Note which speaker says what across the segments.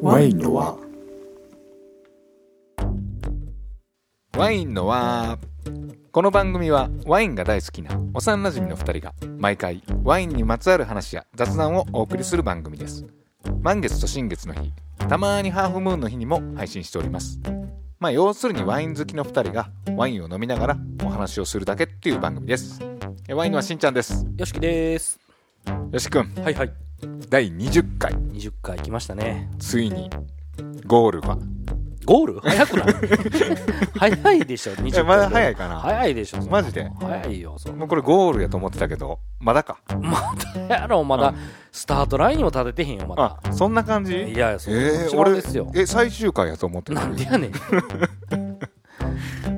Speaker 1: ワインのは
Speaker 2: ワインのはこの番組はワインが大好きな幼馴染の2人が毎回ワインにまつわる話や雑談をお送りする番組です満月と新月の日たまーにハーフムーンの日にも配信しておりますまあ要するにワイン好きの2人がワインを飲みながらお話をするだけっていう番組ですえワインのはしんちゃんです
Speaker 3: よしきです。
Speaker 2: よしくん
Speaker 3: はいはい。
Speaker 2: 第20回
Speaker 3: 20回来ましたね。
Speaker 2: ついにゴールが
Speaker 3: ゴール早くない 早いでしょ、20回。
Speaker 2: まだ早いかな
Speaker 3: 早いでしょ、そんな
Speaker 2: マジで
Speaker 3: 早いよ、そう。
Speaker 2: もうこれゴールやと思ってたけどまだか
Speaker 3: まだやろ、まだ、
Speaker 2: うん
Speaker 3: スタートラインにも立ててへんよ、ま
Speaker 2: あ
Speaker 3: だ。
Speaker 2: そんな感じ
Speaker 3: いやいや、そう。
Speaker 2: え
Speaker 3: こ
Speaker 2: ー、
Speaker 3: ちら
Speaker 2: 俺
Speaker 3: ですよ。
Speaker 2: え最終回やと思ってた
Speaker 3: なんでやねん。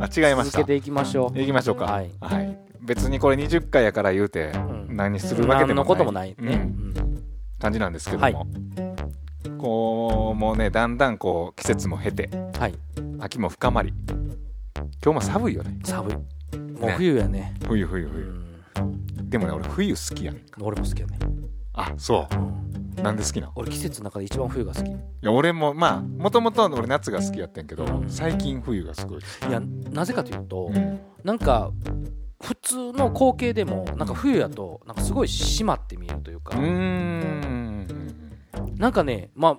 Speaker 2: あ違いまし
Speaker 3: 続
Speaker 2: た
Speaker 3: けていきましょう。
Speaker 2: いきましょうか
Speaker 3: はい
Speaker 2: 別にこれ20回やから言うて、
Speaker 3: ん
Speaker 2: 何するわけでもない
Speaker 3: 何のこともないね。
Speaker 2: うん
Speaker 3: うん
Speaker 2: 感じなんですけども、
Speaker 3: はい
Speaker 2: こうもうねだんだんこう季節も経て
Speaker 3: はい。
Speaker 2: 秋も深まり今日も寒いよね
Speaker 3: 寒い。もう冬やね。
Speaker 2: 冬冬
Speaker 3: う
Speaker 2: 冬
Speaker 3: ん
Speaker 2: でもね俺冬好きやねん
Speaker 3: 俺も好きやね。
Speaker 2: あそ
Speaker 3: うん
Speaker 2: うなんで好きなの
Speaker 3: 俺季節の中で一番冬が好き。い
Speaker 2: いや俺もまあもともと俺夏が好きやってんけど、
Speaker 3: うん
Speaker 2: 最近冬がすごい、
Speaker 3: や、なぜかというと、
Speaker 2: うん
Speaker 3: なんか普通の光景でもなんか冬やとなんかすごい締まって見えるというか、
Speaker 2: うーん
Speaker 3: なんかねま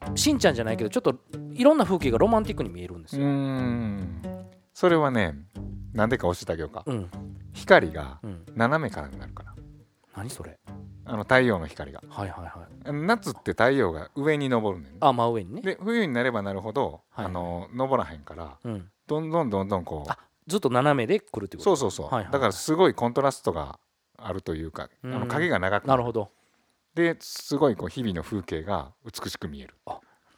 Speaker 3: あしんちゃんじゃないけどちょっといろんな風景がロマンティックに見えるんで
Speaker 2: う
Speaker 3: す
Speaker 2: ー
Speaker 3: よ。
Speaker 2: んそれはねなんでか教えてあげようか
Speaker 3: うん、
Speaker 2: 光が
Speaker 3: うん、
Speaker 2: 斜めからになるから
Speaker 3: 何それ
Speaker 2: あの太陽の光が
Speaker 3: はいはいはい。
Speaker 2: 夏って太陽が上に昇るねんね
Speaker 3: あ真上にね。
Speaker 2: で冬になればなるほど、
Speaker 3: はい
Speaker 2: あの昇らへんから
Speaker 3: うん、
Speaker 2: どんどんどんどんこう
Speaker 3: あずっと斜めで来るってこ
Speaker 2: そ
Speaker 3: と
Speaker 2: うそうそう、
Speaker 3: はいはいはい
Speaker 2: だからすごいコントラストがあるというかあ
Speaker 3: う
Speaker 2: の
Speaker 3: ん
Speaker 2: 影が長く
Speaker 3: なるほど
Speaker 2: ですごいこう日々の風景が美しく見える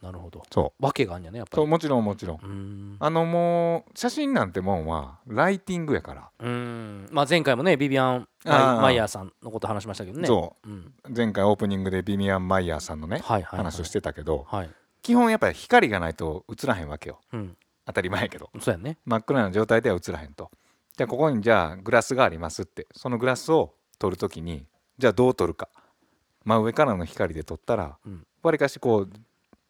Speaker 3: なるほど。
Speaker 2: そ
Speaker 3: わけがあんやねやっ
Speaker 2: う
Speaker 3: ぱ
Speaker 2: そ
Speaker 3: り。
Speaker 2: うもちろんもちろん
Speaker 3: うーん
Speaker 2: あのもう写真なんてもんはライティングやから、
Speaker 3: うーんまあ、前回もねビビアン・
Speaker 2: あー
Speaker 3: マイヤーさんのこと話しましたけどね。、
Speaker 2: そう
Speaker 3: ん
Speaker 2: う前回オープニングでビミアン・マイヤーさんのね
Speaker 3: はいはいはい、
Speaker 2: 話をしてたけど
Speaker 3: はい
Speaker 2: 基本やっぱり光がないと映らへんわけよ
Speaker 3: うん、
Speaker 2: 当たり前やけど
Speaker 3: そうやね。
Speaker 2: 真っ暗な状態では映らへんとじゃあここにじゃあグラスがありますってそのグラスを取るときにじゃあどう取るか真上からの光で取ったら
Speaker 3: うん
Speaker 2: わりかしこう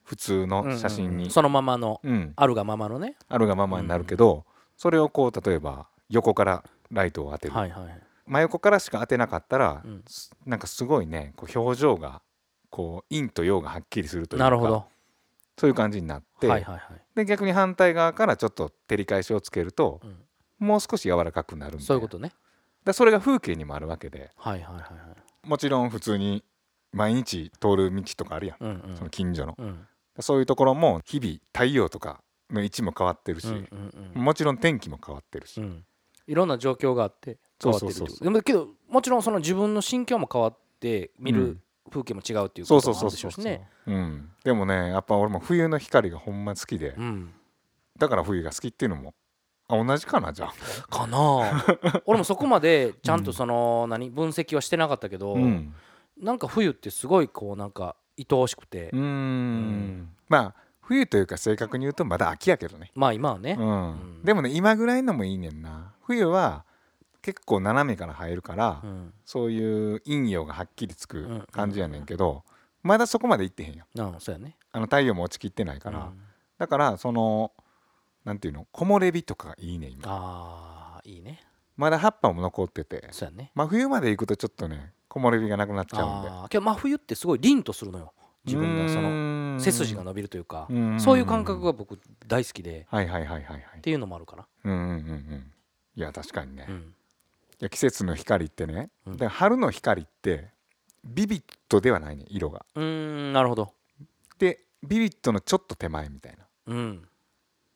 Speaker 2: 普通の写
Speaker 3: うん
Speaker 2: 真
Speaker 3: うんう
Speaker 2: に
Speaker 3: んそのままの
Speaker 2: うん
Speaker 3: あるがままのね。
Speaker 2: あるがままになるけどそれをこう例えば横からライトを当てる
Speaker 3: はいはい。
Speaker 2: 真横からしか当てなかったら
Speaker 3: うん
Speaker 2: すなんかすごいねこう表情がこう陰と陽がはっきりするというか
Speaker 3: なるほど。
Speaker 2: そういう感じになっ
Speaker 3: はい
Speaker 2: て、
Speaker 3: はいはい。
Speaker 2: で逆に反対側からちょっと照り返しをつけると、
Speaker 3: うん
Speaker 2: もう少し柔らかくなるんで
Speaker 3: そういうことね。
Speaker 2: だそれが風景にもあるわけで
Speaker 3: はいはいはいはい。
Speaker 2: もちろん普通に毎日通る道とかあるやん、
Speaker 3: うんうん。
Speaker 2: その近所の
Speaker 3: うん
Speaker 2: そういうところも日々太陽とかの位置も変わってるし、
Speaker 3: うんうん
Speaker 2: もちろん天気も変わってるし、
Speaker 3: うん。うん。いろんな状況があって変わってるって
Speaker 2: そう
Speaker 3: こ
Speaker 2: そうそう
Speaker 3: と。でもけどもちろんその自分の心境も変わって見
Speaker 2: う
Speaker 3: る
Speaker 2: ん
Speaker 3: 風景も違うっていう
Speaker 2: そ
Speaker 3: こ
Speaker 2: うそ
Speaker 3: と
Speaker 2: う
Speaker 3: も
Speaker 2: そう
Speaker 3: あるでし
Speaker 2: そ
Speaker 3: ょ
Speaker 2: う
Speaker 3: うしね。
Speaker 2: うん、でもねやっぱ俺も冬の光がほんま好きで、
Speaker 3: うん。
Speaker 2: だから冬が好きっていうのもあ同じかなじゃあ、
Speaker 3: かなあ 俺もそこまでちゃんとその何分析はしてなかったけど
Speaker 2: う、ん、
Speaker 3: なんか冬ってすごいこうなんか愛おしくて
Speaker 2: うー、んまあ冬というか正確に言うとまだ秋やけどね
Speaker 3: まあ今はね。
Speaker 2: うん
Speaker 3: うん
Speaker 2: でもね今ぐらいのもいいねんな冬は結構斜めから入るから、
Speaker 3: うん。
Speaker 2: そういう陰陽がはっきりつ
Speaker 3: ん
Speaker 2: く感じやねんけど、まだそこまで行ってへんやん
Speaker 3: なあそうやね。
Speaker 2: あの太陽も落ちきってないから、
Speaker 3: うん
Speaker 2: だからそのなんていうの木漏れ日とかがいいねん今
Speaker 3: ああいいね。
Speaker 2: まだ葉っぱも残ってて
Speaker 3: そうやね。
Speaker 2: 真冬まで行くとちょっとね木漏れ日がなくなっちゃうんで
Speaker 3: あーけど真冬ってすごい凛とするのよ自分がその
Speaker 2: の
Speaker 3: 背筋が伸びるというか
Speaker 2: うーん
Speaker 3: そういう感覚が僕大好きで
Speaker 2: はいはいはいはいはい
Speaker 3: っていうのもあるから、
Speaker 2: うんうんうんうんいや確かにね、
Speaker 3: う
Speaker 2: い
Speaker 3: ん
Speaker 2: や季節の光ってね、
Speaker 3: うん
Speaker 2: だから春の光ってビビッドではないね色が
Speaker 3: うーんなるほど、
Speaker 2: でビビットのちょっと手前みたいな
Speaker 3: うん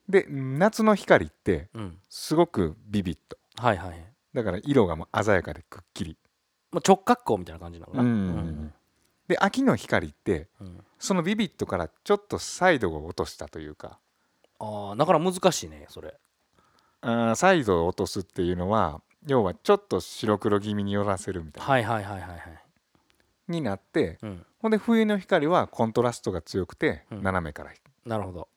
Speaker 2: で夏の光って
Speaker 3: うん、
Speaker 2: すごくビビット
Speaker 3: はいはい、
Speaker 2: だから色がもう鮮やかでくっきり
Speaker 3: まあ、直角行みたいな感じなのかな、
Speaker 2: で秋の光って
Speaker 3: うんうん
Speaker 2: そのビビットからちょっとサイドを落としたというか
Speaker 3: ああだから難しいねそれ
Speaker 2: あーサイドを落とすっていうのは要はちょっと白黒気味に寄らせるみたいな
Speaker 3: はいはいはいはいはい、
Speaker 2: になって
Speaker 3: うん、
Speaker 2: ほんで冬の光はコントラストが強くて
Speaker 3: うん
Speaker 2: 斜めからっ
Speaker 3: なるほど、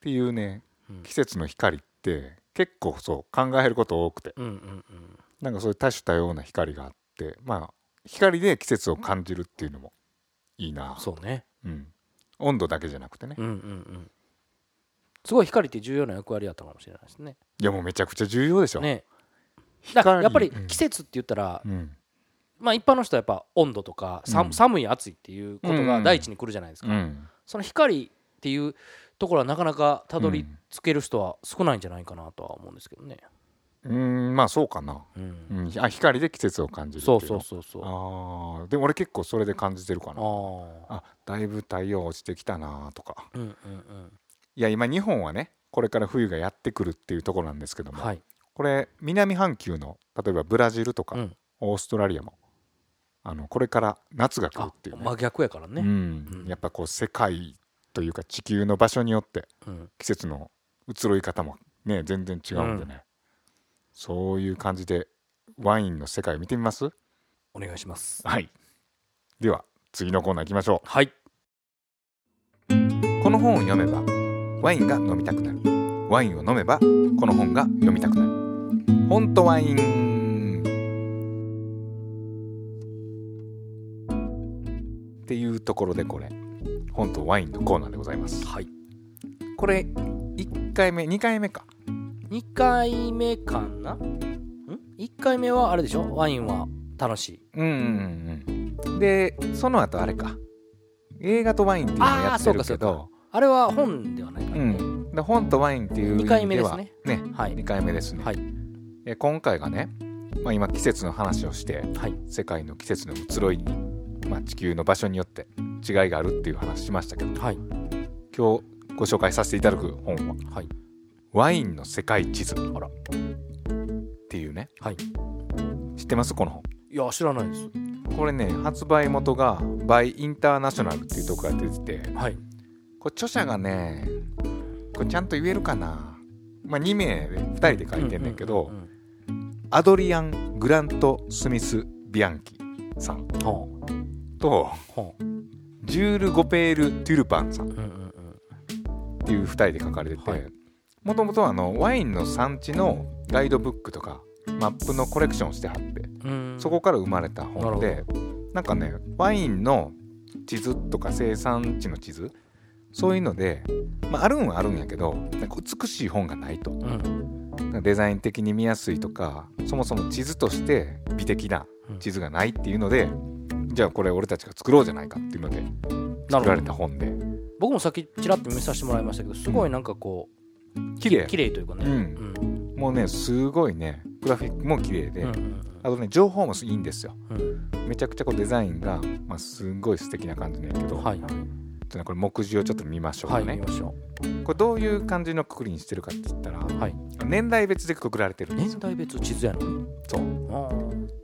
Speaker 2: ていうね
Speaker 3: うん
Speaker 2: 季節の光って結構そう考えること多くて
Speaker 3: うんうんうん
Speaker 2: なんかそういう多種多様な光があってまあ光で季節を感じるっていうのもいいな
Speaker 3: そうね
Speaker 2: うん、温度だけじゃなくてね、
Speaker 3: うんうんうんすごい光って重要な役割やったかもしれないですね。
Speaker 2: いやもうめちゃくちゃ重要でしょ、
Speaker 3: ねだ
Speaker 2: 光
Speaker 3: からやっぱり
Speaker 2: うん
Speaker 3: 季節って言ったら、
Speaker 2: うん
Speaker 3: まあ、一般の人はやっぱ温度とか、さ
Speaker 2: うん
Speaker 3: 寒い暑いっていうこと
Speaker 2: う
Speaker 3: が
Speaker 2: ん
Speaker 3: 第一に来るじゃないですか、
Speaker 2: うん
Speaker 3: その光っていうところはなかなかたどり着ける人は少ないんじゃないかなとは思うんですけどね、
Speaker 2: うんまあそうかな、
Speaker 3: うん
Speaker 2: うん、あ光で季節を感じるってい
Speaker 3: そううそうそうそうあ
Speaker 2: あーでも俺結構それで感じてるか
Speaker 3: あ
Speaker 2: なあだいぶ太陽落ちてきたなとか
Speaker 3: うんうんうん
Speaker 2: いや今日本はねこれから冬がやってくるっていうところなんですけども、
Speaker 3: はい
Speaker 2: これ南半球の例えばブラジルとか、
Speaker 3: うん
Speaker 2: オーストラリアもあのこれから夏が来る
Speaker 3: あ
Speaker 2: っていうね、
Speaker 3: 真逆やから
Speaker 2: う
Speaker 3: ね、
Speaker 2: ん
Speaker 3: うん
Speaker 2: やっぱこう世界というか地球の場所によって
Speaker 3: うん
Speaker 2: 季節の移ろい方もね全然違うんでね、そういう感じでワインの世界を見てみます
Speaker 3: お願いします
Speaker 2: はいでは次のコーナー行きましょ
Speaker 3: はい、
Speaker 2: うこの本を読めばワインが飲みたくなるワインを飲めばこの本が読みたくなる本当ワインっていうところでこれ本とワインのコーナーでございます
Speaker 3: はい、
Speaker 2: これ1回目2回目か
Speaker 3: 2回目かなん1回目はあれでしょワインは楽しい
Speaker 2: うんうんうんうんでその後あれか映画とワインっていうのをや
Speaker 3: あー
Speaker 2: って
Speaker 3: そう
Speaker 2: る
Speaker 3: かそ
Speaker 2: け
Speaker 3: うか
Speaker 2: ど
Speaker 3: あれは本ではないか
Speaker 2: う
Speaker 3: らね、
Speaker 2: んで本とワインっていう意
Speaker 3: 二回
Speaker 2: 味
Speaker 3: 目
Speaker 2: で
Speaker 3: です
Speaker 2: は
Speaker 3: ね
Speaker 2: ね
Speaker 3: はい
Speaker 2: 2回目ですね
Speaker 3: はい
Speaker 2: え今回がね、まあ、今季節の話をして
Speaker 3: はい
Speaker 2: 世界の季節の移ろいに、まあ、地球の場所によって違いがあるっていう話しましたけど
Speaker 3: はい
Speaker 2: 今日ご紹介させていただく本は
Speaker 3: はい
Speaker 2: 「ワインの世界地図」っ
Speaker 3: あら
Speaker 2: ていうね
Speaker 3: はい
Speaker 2: 知ってますこの本
Speaker 3: いや知らないです
Speaker 2: これね発売元が「by インターナショナル」っていうとこが出てて
Speaker 3: はい
Speaker 2: これ著者がねこれちゃんと言えるかな、まあ、2名で2人で書いてんねんけど、
Speaker 3: うううん
Speaker 2: アドリアン・グラント・スミス・ビアンキさん
Speaker 3: うんほ
Speaker 2: と
Speaker 3: うほう
Speaker 2: ジュール・ゴペール・トゥルパンさんっ
Speaker 3: うんうんうん
Speaker 2: ていう2人で書かれてて、
Speaker 3: はい
Speaker 2: もともとあのワインの産地のガイドブックとかマップのコレクションをしてはって
Speaker 3: うん
Speaker 2: そこから生まれた本でなんかねワインの地図とか生産地の地図そういうので、まあ、あるんはあるんやけどなんか美しい本がないと
Speaker 3: うん
Speaker 2: デザイン的に見やすいとかそもそも地図として美的な地図がないっていうのでじゃあこれ俺たちが作ろうじゃないかっていうので
Speaker 3: な
Speaker 2: 作られ
Speaker 3: るほ
Speaker 2: た
Speaker 3: ど
Speaker 2: 本で
Speaker 3: 僕もさっきちらっと見させてもらいましたけどすごいなんかこう
Speaker 2: 綺麗
Speaker 3: 綺麗というかね
Speaker 2: うん
Speaker 3: うん
Speaker 2: もうねすごいねグラフィックも綺麗で、
Speaker 3: うん
Speaker 2: あとね情報もいいんですよ
Speaker 3: うん
Speaker 2: めちゃくちゃこうデザインが、まあ、すごい素敵な感じなんやけ
Speaker 3: う
Speaker 2: ど、
Speaker 3: んはい
Speaker 2: ちょっとねこれ目次をちょっと見ましょうか
Speaker 3: はい
Speaker 2: ね、
Speaker 3: 見ましょ
Speaker 2: これどういう感じのくくりにしてるかって言ったら、
Speaker 3: うはい
Speaker 2: 年代別でくくられてるんです
Speaker 3: 年
Speaker 2: よ
Speaker 3: 代別地図やの
Speaker 2: そう
Speaker 3: あ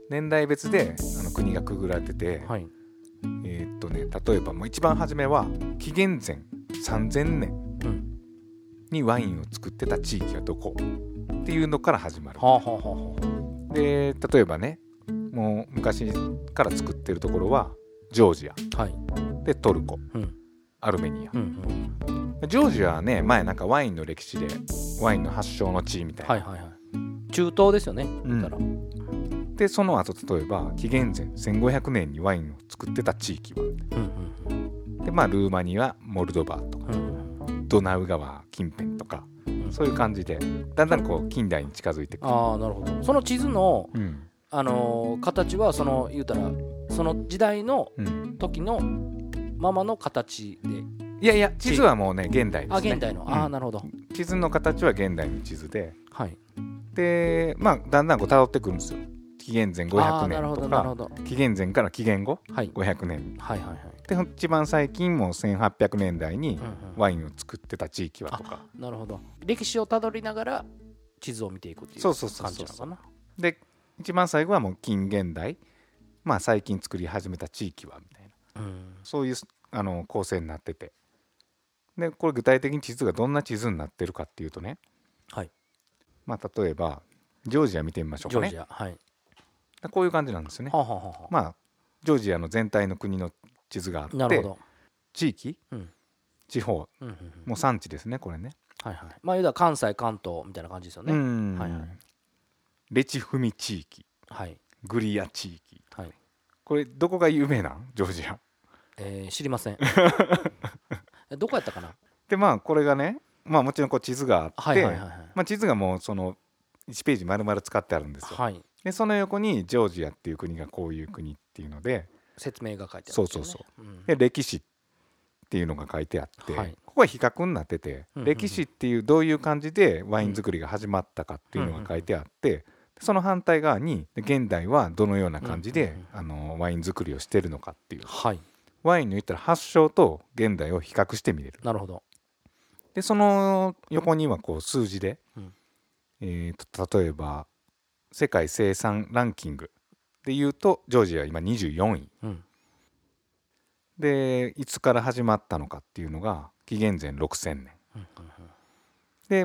Speaker 2: 年代別であの国がくぐられてて、
Speaker 3: ーはい
Speaker 2: えーっとね例えばもう一番初めは紀元前3000年
Speaker 3: うん
Speaker 2: にワインを作ってた地域はどこっていうのから始まる
Speaker 3: はあはあはあは
Speaker 2: で例えばねもう昔から作ってるところはジョージア
Speaker 3: あはい
Speaker 2: でトルコ
Speaker 3: うん
Speaker 2: アルメニア
Speaker 3: うんうん
Speaker 2: ジョージアはね前なんかワインの歴史でワインの発祥の地みたいな、
Speaker 3: はいはいはい中東ですよね
Speaker 2: ん
Speaker 3: 言ったら
Speaker 2: でその後例えば紀元前1500年にワインを作ってた地域は
Speaker 3: うん
Speaker 2: でまあルーマニアモルドバとか
Speaker 3: うんうん
Speaker 2: ドナウ川近辺とか
Speaker 3: うん
Speaker 2: そういう感じでだんだんこう近代に近づいてくる、
Speaker 3: ああなるほどその地図の
Speaker 2: うん
Speaker 3: あのー形はその言うたらその時代の
Speaker 2: うん、
Speaker 3: 時のままの形で
Speaker 2: いやいや地図はもうね現代で
Speaker 3: あ
Speaker 2: すね
Speaker 3: 現代の、
Speaker 2: うん
Speaker 3: ああなるほど
Speaker 2: 地図の形は現代の地図で
Speaker 3: はい
Speaker 2: でまあだんだんこう辿ってくるんですよ紀元前
Speaker 3: あ
Speaker 2: 500
Speaker 3: あなる
Speaker 2: 年
Speaker 3: ほ
Speaker 2: と
Speaker 3: どなるほ
Speaker 2: か
Speaker 3: ど
Speaker 2: 紀元前から紀元後
Speaker 3: はい
Speaker 2: 500年
Speaker 3: はいはいはい
Speaker 2: で一番最近もう1800年代に
Speaker 3: うんうん
Speaker 2: ワインを作ってた地域はとか、
Speaker 3: なるほど歴史をたどりながら地図を見ていくっていう
Speaker 2: そうそうそう
Speaker 3: 感じ
Speaker 2: そう
Speaker 3: なのかな
Speaker 2: で一番最後はもう近現代まあ最近作り始めた地域はみたいな
Speaker 3: うん
Speaker 2: そういうあの構成になっててでこれ具体的に地図がどんな地図になってるかっていうとね、
Speaker 3: はい
Speaker 2: まあ、例えばジョージア見てみましょう
Speaker 3: ジ
Speaker 2: か
Speaker 3: ョー
Speaker 2: ね
Speaker 3: ジアはい
Speaker 2: こういう感じなんですよね
Speaker 3: はあ、はあはあはあ
Speaker 2: まあジョージアの全体の国の地図があって
Speaker 3: なるほど
Speaker 2: 地域、
Speaker 3: うん
Speaker 2: 地方
Speaker 3: うんうんうん
Speaker 2: もう産地ですねこれね
Speaker 3: はいはいまあ言うたら関西関東みたいな感じですよね、
Speaker 2: うん
Speaker 3: はいはい
Speaker 2: レチフミ地域
Speaker 3: はい
Speaker 2: グリア地域
Speaker 3: はい
Speaker 2: これどこが有名なんジョージア
Speaker 3: えー知りませんえどこやったかな
Speaker 2: でまあこれがねまあもちろんこう地図があって、
Speaker 3: はいはいはいはい
Speaker 2: まあ、地図がもうその1ページ丸々使ってあるんですよ、
Speaker 3: はい
Speaker 2: でその横にジョージアっていう国がこういう国っていうので
Speaker 3: 説明が書いてあるんです
Speaker 2: そ
Speaker 3: よね、
Speaker 2: うそうそ
Speaker 3: うん
Speaker 2: で歴史っていうのが書いてあって、
Speaker 3: はい
Speaker 2: ここは比較になってて、
Speaker 3: うんうん
Speaker 2: 歴史っていうどういう感じでワイン作りが始まったかっていうのが書いてあって、でその反対側にで現代はどのような感じで、
Speaker 3: うんうんうん
Speaker 2: あのワイン作りをしてるのかっていう
Speaker 3: はい
Speaker 2: ワインの言ったら発祥と現代を比較してみれる
Speaker 3: なるほど
Speaker 2: でその横にはこう数字で、
Speaker 3: うん
Speaker 2: えーと例えば世界生産ランキングでいうとジョージアは今24位
Speaker 3: うん
Speaker 2: でいつから始まったのかっていうのが紀元前6000年
Speaker 3: うんうんうん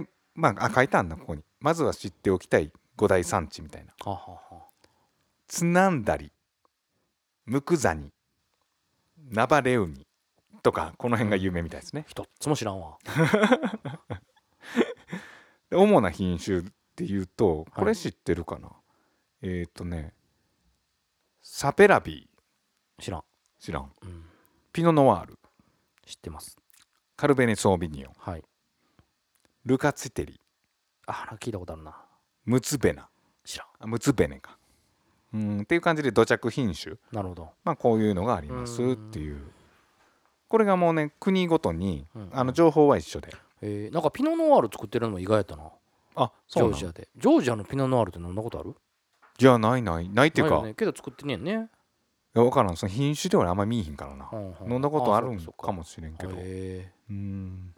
Speaker 2: でまああ書いたんだここにまずは知っておきたい五大産地みたいな
Speaker 3: はあはあはあ
Speaker 2: ツナンダリムクザニナバレウニとかこの辺が有名みたいですね
Speaker 3: 一つも知らんわ
Speaker 2: で主な品種っていうとこ
Speaker 3: は
Speaker 2: れ
Speaker 3: い
Speaker 2: 知ってるかな、えっ、とねサペラビ
Speaker 3: 知らん、
Speaker 2: ー知らん
Speaker 3: うん、
Speaker 2: ピノノワール
Speaker 3: 知ってます
Speaker 2: カルベネソービニオン
Speaker 3: はい
Speaker 2: ルカツィテリ
Speaker 3: あら聞いたことあるな
Speaker 2: ムツベナ
Speaker 3: 知らん
Speaker 2: あムツベネかうんっていう感じで土着品種
Speaker 3: なるほど
Speaker 2: まあこういうのがありますっていう
Speaker 3: う
Speaker 2: これがもうね国ごとに
Speaker 3: うん
Speaker 2: あの情報は一緒で
Speaker 3: えー、なんかピノノワール作ってるのも意外やったな
Speaker 2: あ
Speaker 3: ジ
Speaker 2: そう
Speaker 3: ョ
Speaker 2: な
Speaker 3: ージ
Speaker 2: の
Speaker 3: アでジョージアのピノノワールって飲んだことあるっ
Speaker 2: じゃあないないないっていうか、
Speaker 3: ね、けど作ってねえね、
Speaker 2: いや分からんその品種で俺あんま見えへんからな
Speaker 3: う、んう
Speaker 2: 飲んだことあるん
Speaker 3: そう
Speaker 2: かもしれんけ
Speaker 3: そう
Speaker 2: ど
Speaker 3: かへ
Speaker 2: うん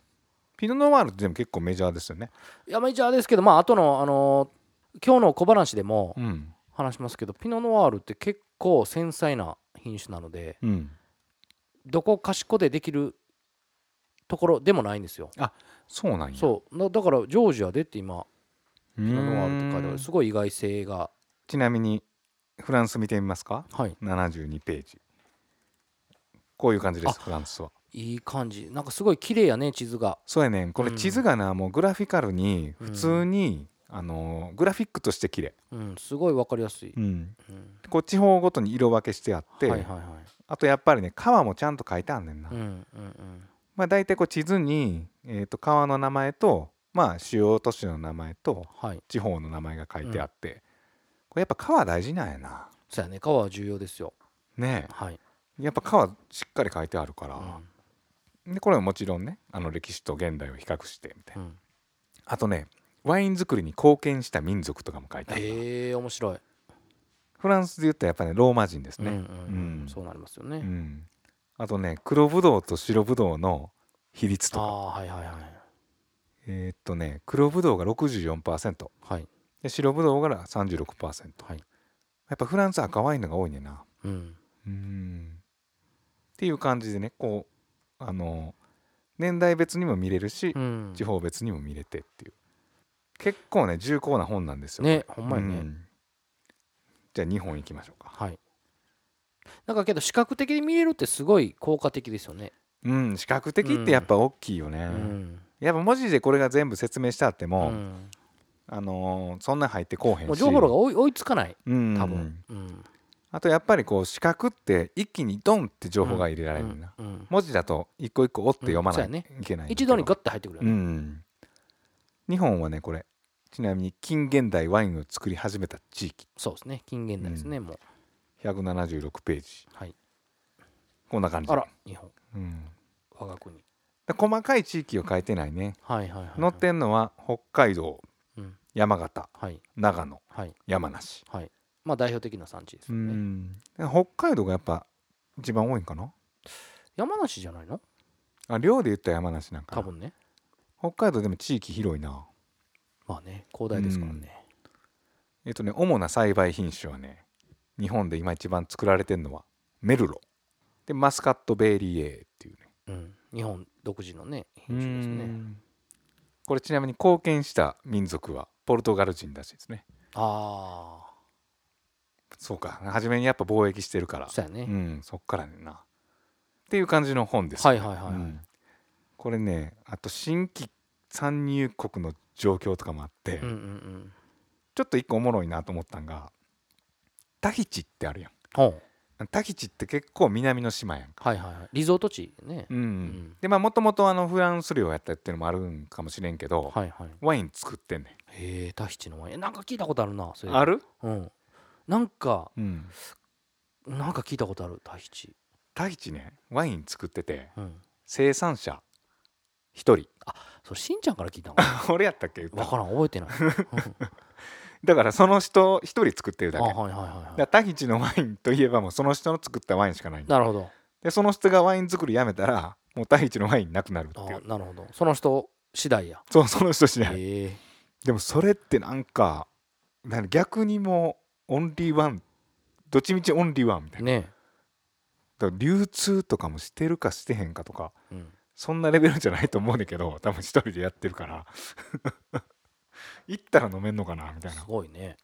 Speaker 2: ピノノワールってでも結構メジャーですよね
Speaker 3: えいやメジャーですけどまあ後のあのー今日の小話でも
Speaker 2: うん
Speaker 3: 話しますけど、ピノノワールって結構繊細な品種なので
Speaker 2: うん
Speaker 3: どこかしこでできるところでもないんですよ
Speaker 2: そうなんや
Speaker 3: そうなだからジョージアでって今
Speaker 2: う
Speaker 3: ピノノワールって書いてあ
Speaker 2: ーん
Speaker 3: るすごい意外性が
Speaker 2: ちなみにフランス見てみますか
Speaker 3: はい
Speaker 2: 72ページこういう感じで
Speaker 3: あ
Speaker 2: すフランスはい
Speaker 3: い感じなんかすごい綺麗やね地図が
Speaker 2: そうやねんこれ
Speaker 3: うん
Speaker 2: 地図がな、もうグラフィカルに普通に、あのーグラフィックとして綺麗、
Speaker 3: うんすごいわかりやすい、
Speaker 2: うん、
Speaker 3: うん
Speaker 2: こう地方ごとに色分けしてあって、
Speaker 3: はいはいはい
Speaker 2: あとやっぱりね川もちゃんと書いてあんねんな、
Speaker 3: うんうんうん
Speaker 2: まあ大体こう地図に、えー、と川の名前とまあ主要都市の名前と
Speaker 3: はい
Speaker 2: 地方の名前が書いてあって、これやっぱ川大事なんやな
Speaker 3: そうやね川は重要ですよ
Speaker 2: ね
Speaker 3: はい、
Speaker 2: えやっぱ川しっかり書いてあるから、
Speaker 3: うん
Speaker 2: でこれはもちろんねあの歴史と現代を比較してみたいな、
Speaker 3: うん、
Speaker 2: あとねワイン作りに貢献した民族とかも書いてあるな
Speaker 3: へえ面白い
Speaker 2: フランスで言ったらやっぱりローマ人です
Speaker 3: うんうん
Speaker 2: ね、
Speaker 3: うん
Speaker 2: うん
Speaker 3: そうなりますよ
Speaker 2: うん
Speaker 3: ね、
Speaker 2: あとね黒ぶどうと白ぶどうの比率
Speaker 3: あ
Speaker 2: とか
Speaker 3: あはいはいはい
Speaker 2: えーっとね黒ぶどうが64%
Speaker 3: はい
Speaker 2: で白ぶどうが36%、
Speaker 3: はい
Speaker 2: やっぱフランス赤ワインのが多いねんな
Speaker 3: うん
Speaker 2: うんっていう感じでねこうあの年代別にも見れるし、
Speaker 3: うん
Speaker 2: 地方別にも見れてっていう結構ね重厚な本なんですよ
Speaker 3: ねほんまや
Speaker 2: う
Speaker 3: ね
Speaker 2: んじゃあ2本いきましょうか
Speaker 3: はいなんかけど視覚的に見れるってすごい効果的ですよね
Speaker 2: うん視覚的ってやっぱ大きいよね、
Speaker 3: うん
Speaker 2: やっぱ文字でこれが全部説明してあって
Speaker 3: う
Speaker 2: も、
Speaker 3: ん
Speaker 2: あのーそんなん入ってこうへんし
Speaker 3: もう情報量が追い追いつかない
Speaker 2: うん
Speaker 3: 多分うん
Speaker 2: あとやっぱりこう視覚って一気にドンって情報が入れられるな、
Speaker 3: うんうん
Speaker 2: 文字だと一個一個折って読まない、
Speaker 3: うんそうや
Speaker 2: いけないんだけど
Speaker 3: 一度にガッて入ってくるよ
Speaker 2: う
Speaker 3: ね
Speaker 2: ん日本はねこれちなみに近現代ワインを作り始めた地域
Speaker 3: そうですね近現代ですねもう
Speaker 2: 176ページ
Speaker 3: はい
Speaker 2: こんな感じ
Speaker 3: あら日本
Speaker 2: うん、
Speaker 3: 我が国
Speaker 2: で細かい地域を書いてないね
Speaker 3: はいはいはい
Speaker 2: 載ってんのは北海道
Speaker 3: うん
Speaker 2: 山形
Speaker 3: はい
Speaker 2: 長野
Speaker 3: はい
Speaker 2: 山梨
Speaker 3: はいまあ代表的な産地です
Speaker 2: う
Speaker 3: よね
Speaker 2: ん北海道がやっぱ一番多いんかな
Speaker 3: 山梨じゃないの
Speaker 2: あ量で言ったら山梨なんか
Speaker 3: 多
Speaker 2: な
Speaker 3: 分ね
Speaker 2: 北海道でも地域広いな
Speaker 3: まあね広大ですからね、
Speaker 2: えっとね主な栽培品種はね日本で今一番作られてるのはメルロでマスカットベイリエーっていうね
Speaker 3: うん、日本独自のね品種です
Speaker 2: う
Speaker 3: ね
Speaker 2: んこれちなみに貢献した民族はポルトガル人らしいですね
Speaker 3: あ
Speaker 2: そうか初めにやっぱ貿易してるから
Speaker 3: あそうやね、
Speaker 2: うん、そっからねんなっていう感じの本です、
Speaker 3: はいはいはいはい、
Speaker 2: うんこれねあと新規参入国の状況とかもあって、
Speaker 3: うんうんうん
Speaker 2: ちょっと一個おもろいなと思ったんがタヒチってあるやん
Speaker 3: ほう
Speaker 2: タヒチって結構南の島やんか
Speaker 3: はいはいはいリゾート地ね、
Speaker 2: うん、でまあもともとあのフランス領やったっていうのもあるんかもしれんけど、
Speaker 3: はいはい
Speaker 2: ワイン作ってんね
Speaker 3: へえタヒチのワインなんか聞いたことあるなそれ
Speaker 2: んある、
Speaker 3: うんなんか
Speaker 2: うん、
Speaker 3: なんか聞いたことあるタヒチ、
Speaker 2: タヒチねワイン作ってて
Speaker 3: うん、
Speaker 2: 生産者一人
Speaker 3: それしんちゃんから聞いたのわ
Speaker 2: 俺やったっけ言った
Speaker 3: からん覚えてない、 うん
Speaker 2: だからその人一人作ってるだ
Speaker 3: あ
Speaker 2: け
Speaker 3: はい
Speaker 2: だか
Speaker 3: はいはいは
Speaker 2: らタヒチのワインといえばもうその人の作ったワインしかない
Speaker 3: いなるほど
Speaker 2: でその人がワイン作りやめたらもうタヒチのワインなくなるって
Speaker 3: あ
Speaker 2: いう
Speaker 3: なるほどその人次第や
Speaker 2: そうその人しない
Speaker 3: へえ
Speaker 2: でもそれってなんかなんか逆にもうオンリーワンどっちみちオンリーワンみたいな
Speaker 3: ね
Speaker 2: だから流通とかもしてるかしてへんかとか
Speaker 3: え、うん、
Speaker 2: そんなレベルじゃないと思うねんだけど多分一人でやってるから 行ったら飲めんのかなみたい
Speaker 3: す
Speaker 2: な
Speaker 3: ごいね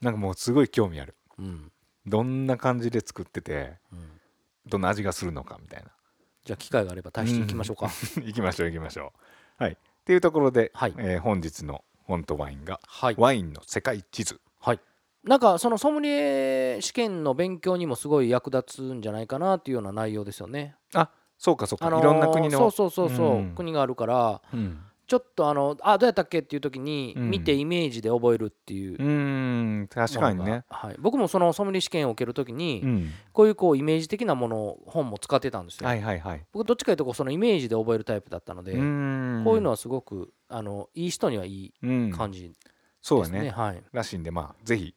Speaker 2: なんかもうすごい興味ある
Speaker 3: うん、
Speaker 2: どんな感じで作ってて
Speaker 3: うん、
Speaker 2: どんな味がするのかみたいな
Speaker 3: じゃあ機会があればタヒチ行きましょうか、
Speaker 2: 行きましょう行きましょうはいっていうところで、
Speaker 3: はい
Speaker 2: えー本日のフォントワインが
Speaker 3: はい
Speaker 2: ワインの世界地図
Speaker 3: はい、なんかそのソムリエ試験の勉強にもすごい役立つんじゃないかなっていうような内容ですよね。
Speaker 2: あそうかそうか、
Speaker 3: あのー
Speaker 2: いろんな国の
Speaker 3: そうそうそうそう、
Speaker 2: うん
Speaker 3: 国があるから
Speaker 2: うん
Speaker 3: ちょっとあのあどうやったっけっていう時に
Speaker 2: うん
Speaker 3: 見てイメージで覚えるっていう
Speaker 2: う。ーん確かにね、
Speaker 3: はい、僕もそのソムリエ試験を受ける時に、
Speaker 2: うん、
Speaker 3: こういうこうイメージ的なものを本も使ってたんですよ。
Speaker 2: はいはいはい
Speaker 3: 僕どっちかというとこうそのイメージで覚えるタイプだったので、
Speaker 2: うーん
Speaker 3: こういうのはすごくあのいい人にはいい
Speaker 2: うん
Speaker 3: 感じ
Speaker 2: そう
Speaker 3: で
Speaker 2: だ
Speaker 3: す
Speaker 2: ね
Speaker 3: ね。はい
Speaker 2: らしいんでまあぜひ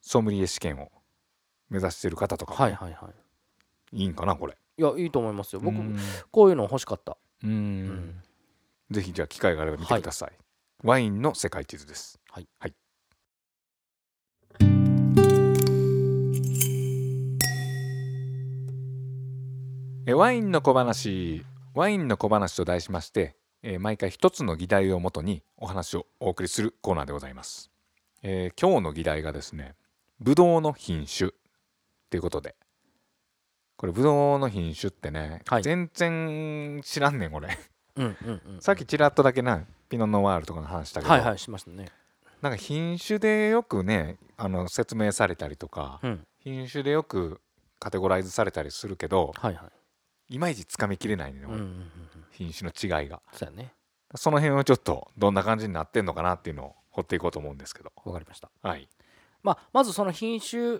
Speaker 2: ソムリエ試験を目指してる方とか、、
Speaker 3: はいはいはい
Speaker 2: いんかなこれ
Speaker 3: い。いやいいと思いますよ。僕
Speaker 2: うん
Speaker 3: こういうの欲しかった。
Speaker 2: うん
Speaker 3: うん
Speaker 2: ぜひじゃあ機会があれば見てください、ワインの世界地図です
Speaker 3: はい、
Speaker 2: はい、えワインの小話ワインの小話と題しまして、えー毎回一つの議題をもとにお話をお送りするコーナーでございます、えー今日の議題がですねブドウの品種ということでこれブドウの品種ってね、
Speaker 3: はい
Speaker 2: 全然知らんねんこれ
Speaker 3: うんうんうん、
Speaker 2: さっきちらっとだけなピノ・ノワールとかの話したけど、
Speaker 3: はいはいしましたね。
Speaker 2: なんか品種でよくねあの説明されたりとか、
Speaker 3: うん、
Speaker 2: 品種でよくカテゴライズされたりするけど
Speaker 3: はいはい。
Speaker 2: いまいちつかみきれないね、
Speaker 3: うんうんうんうん、
Speaker 2: 品種の違いが
Speaker 3: そうやね。
Speaker 2: その辺をちょっとどんな感じになってんのかなっていうのを掘っていこうと思うんですけど
Speaker 3: わかりました。
Speaker 2: はい、
Speaker 3: まあまずその品種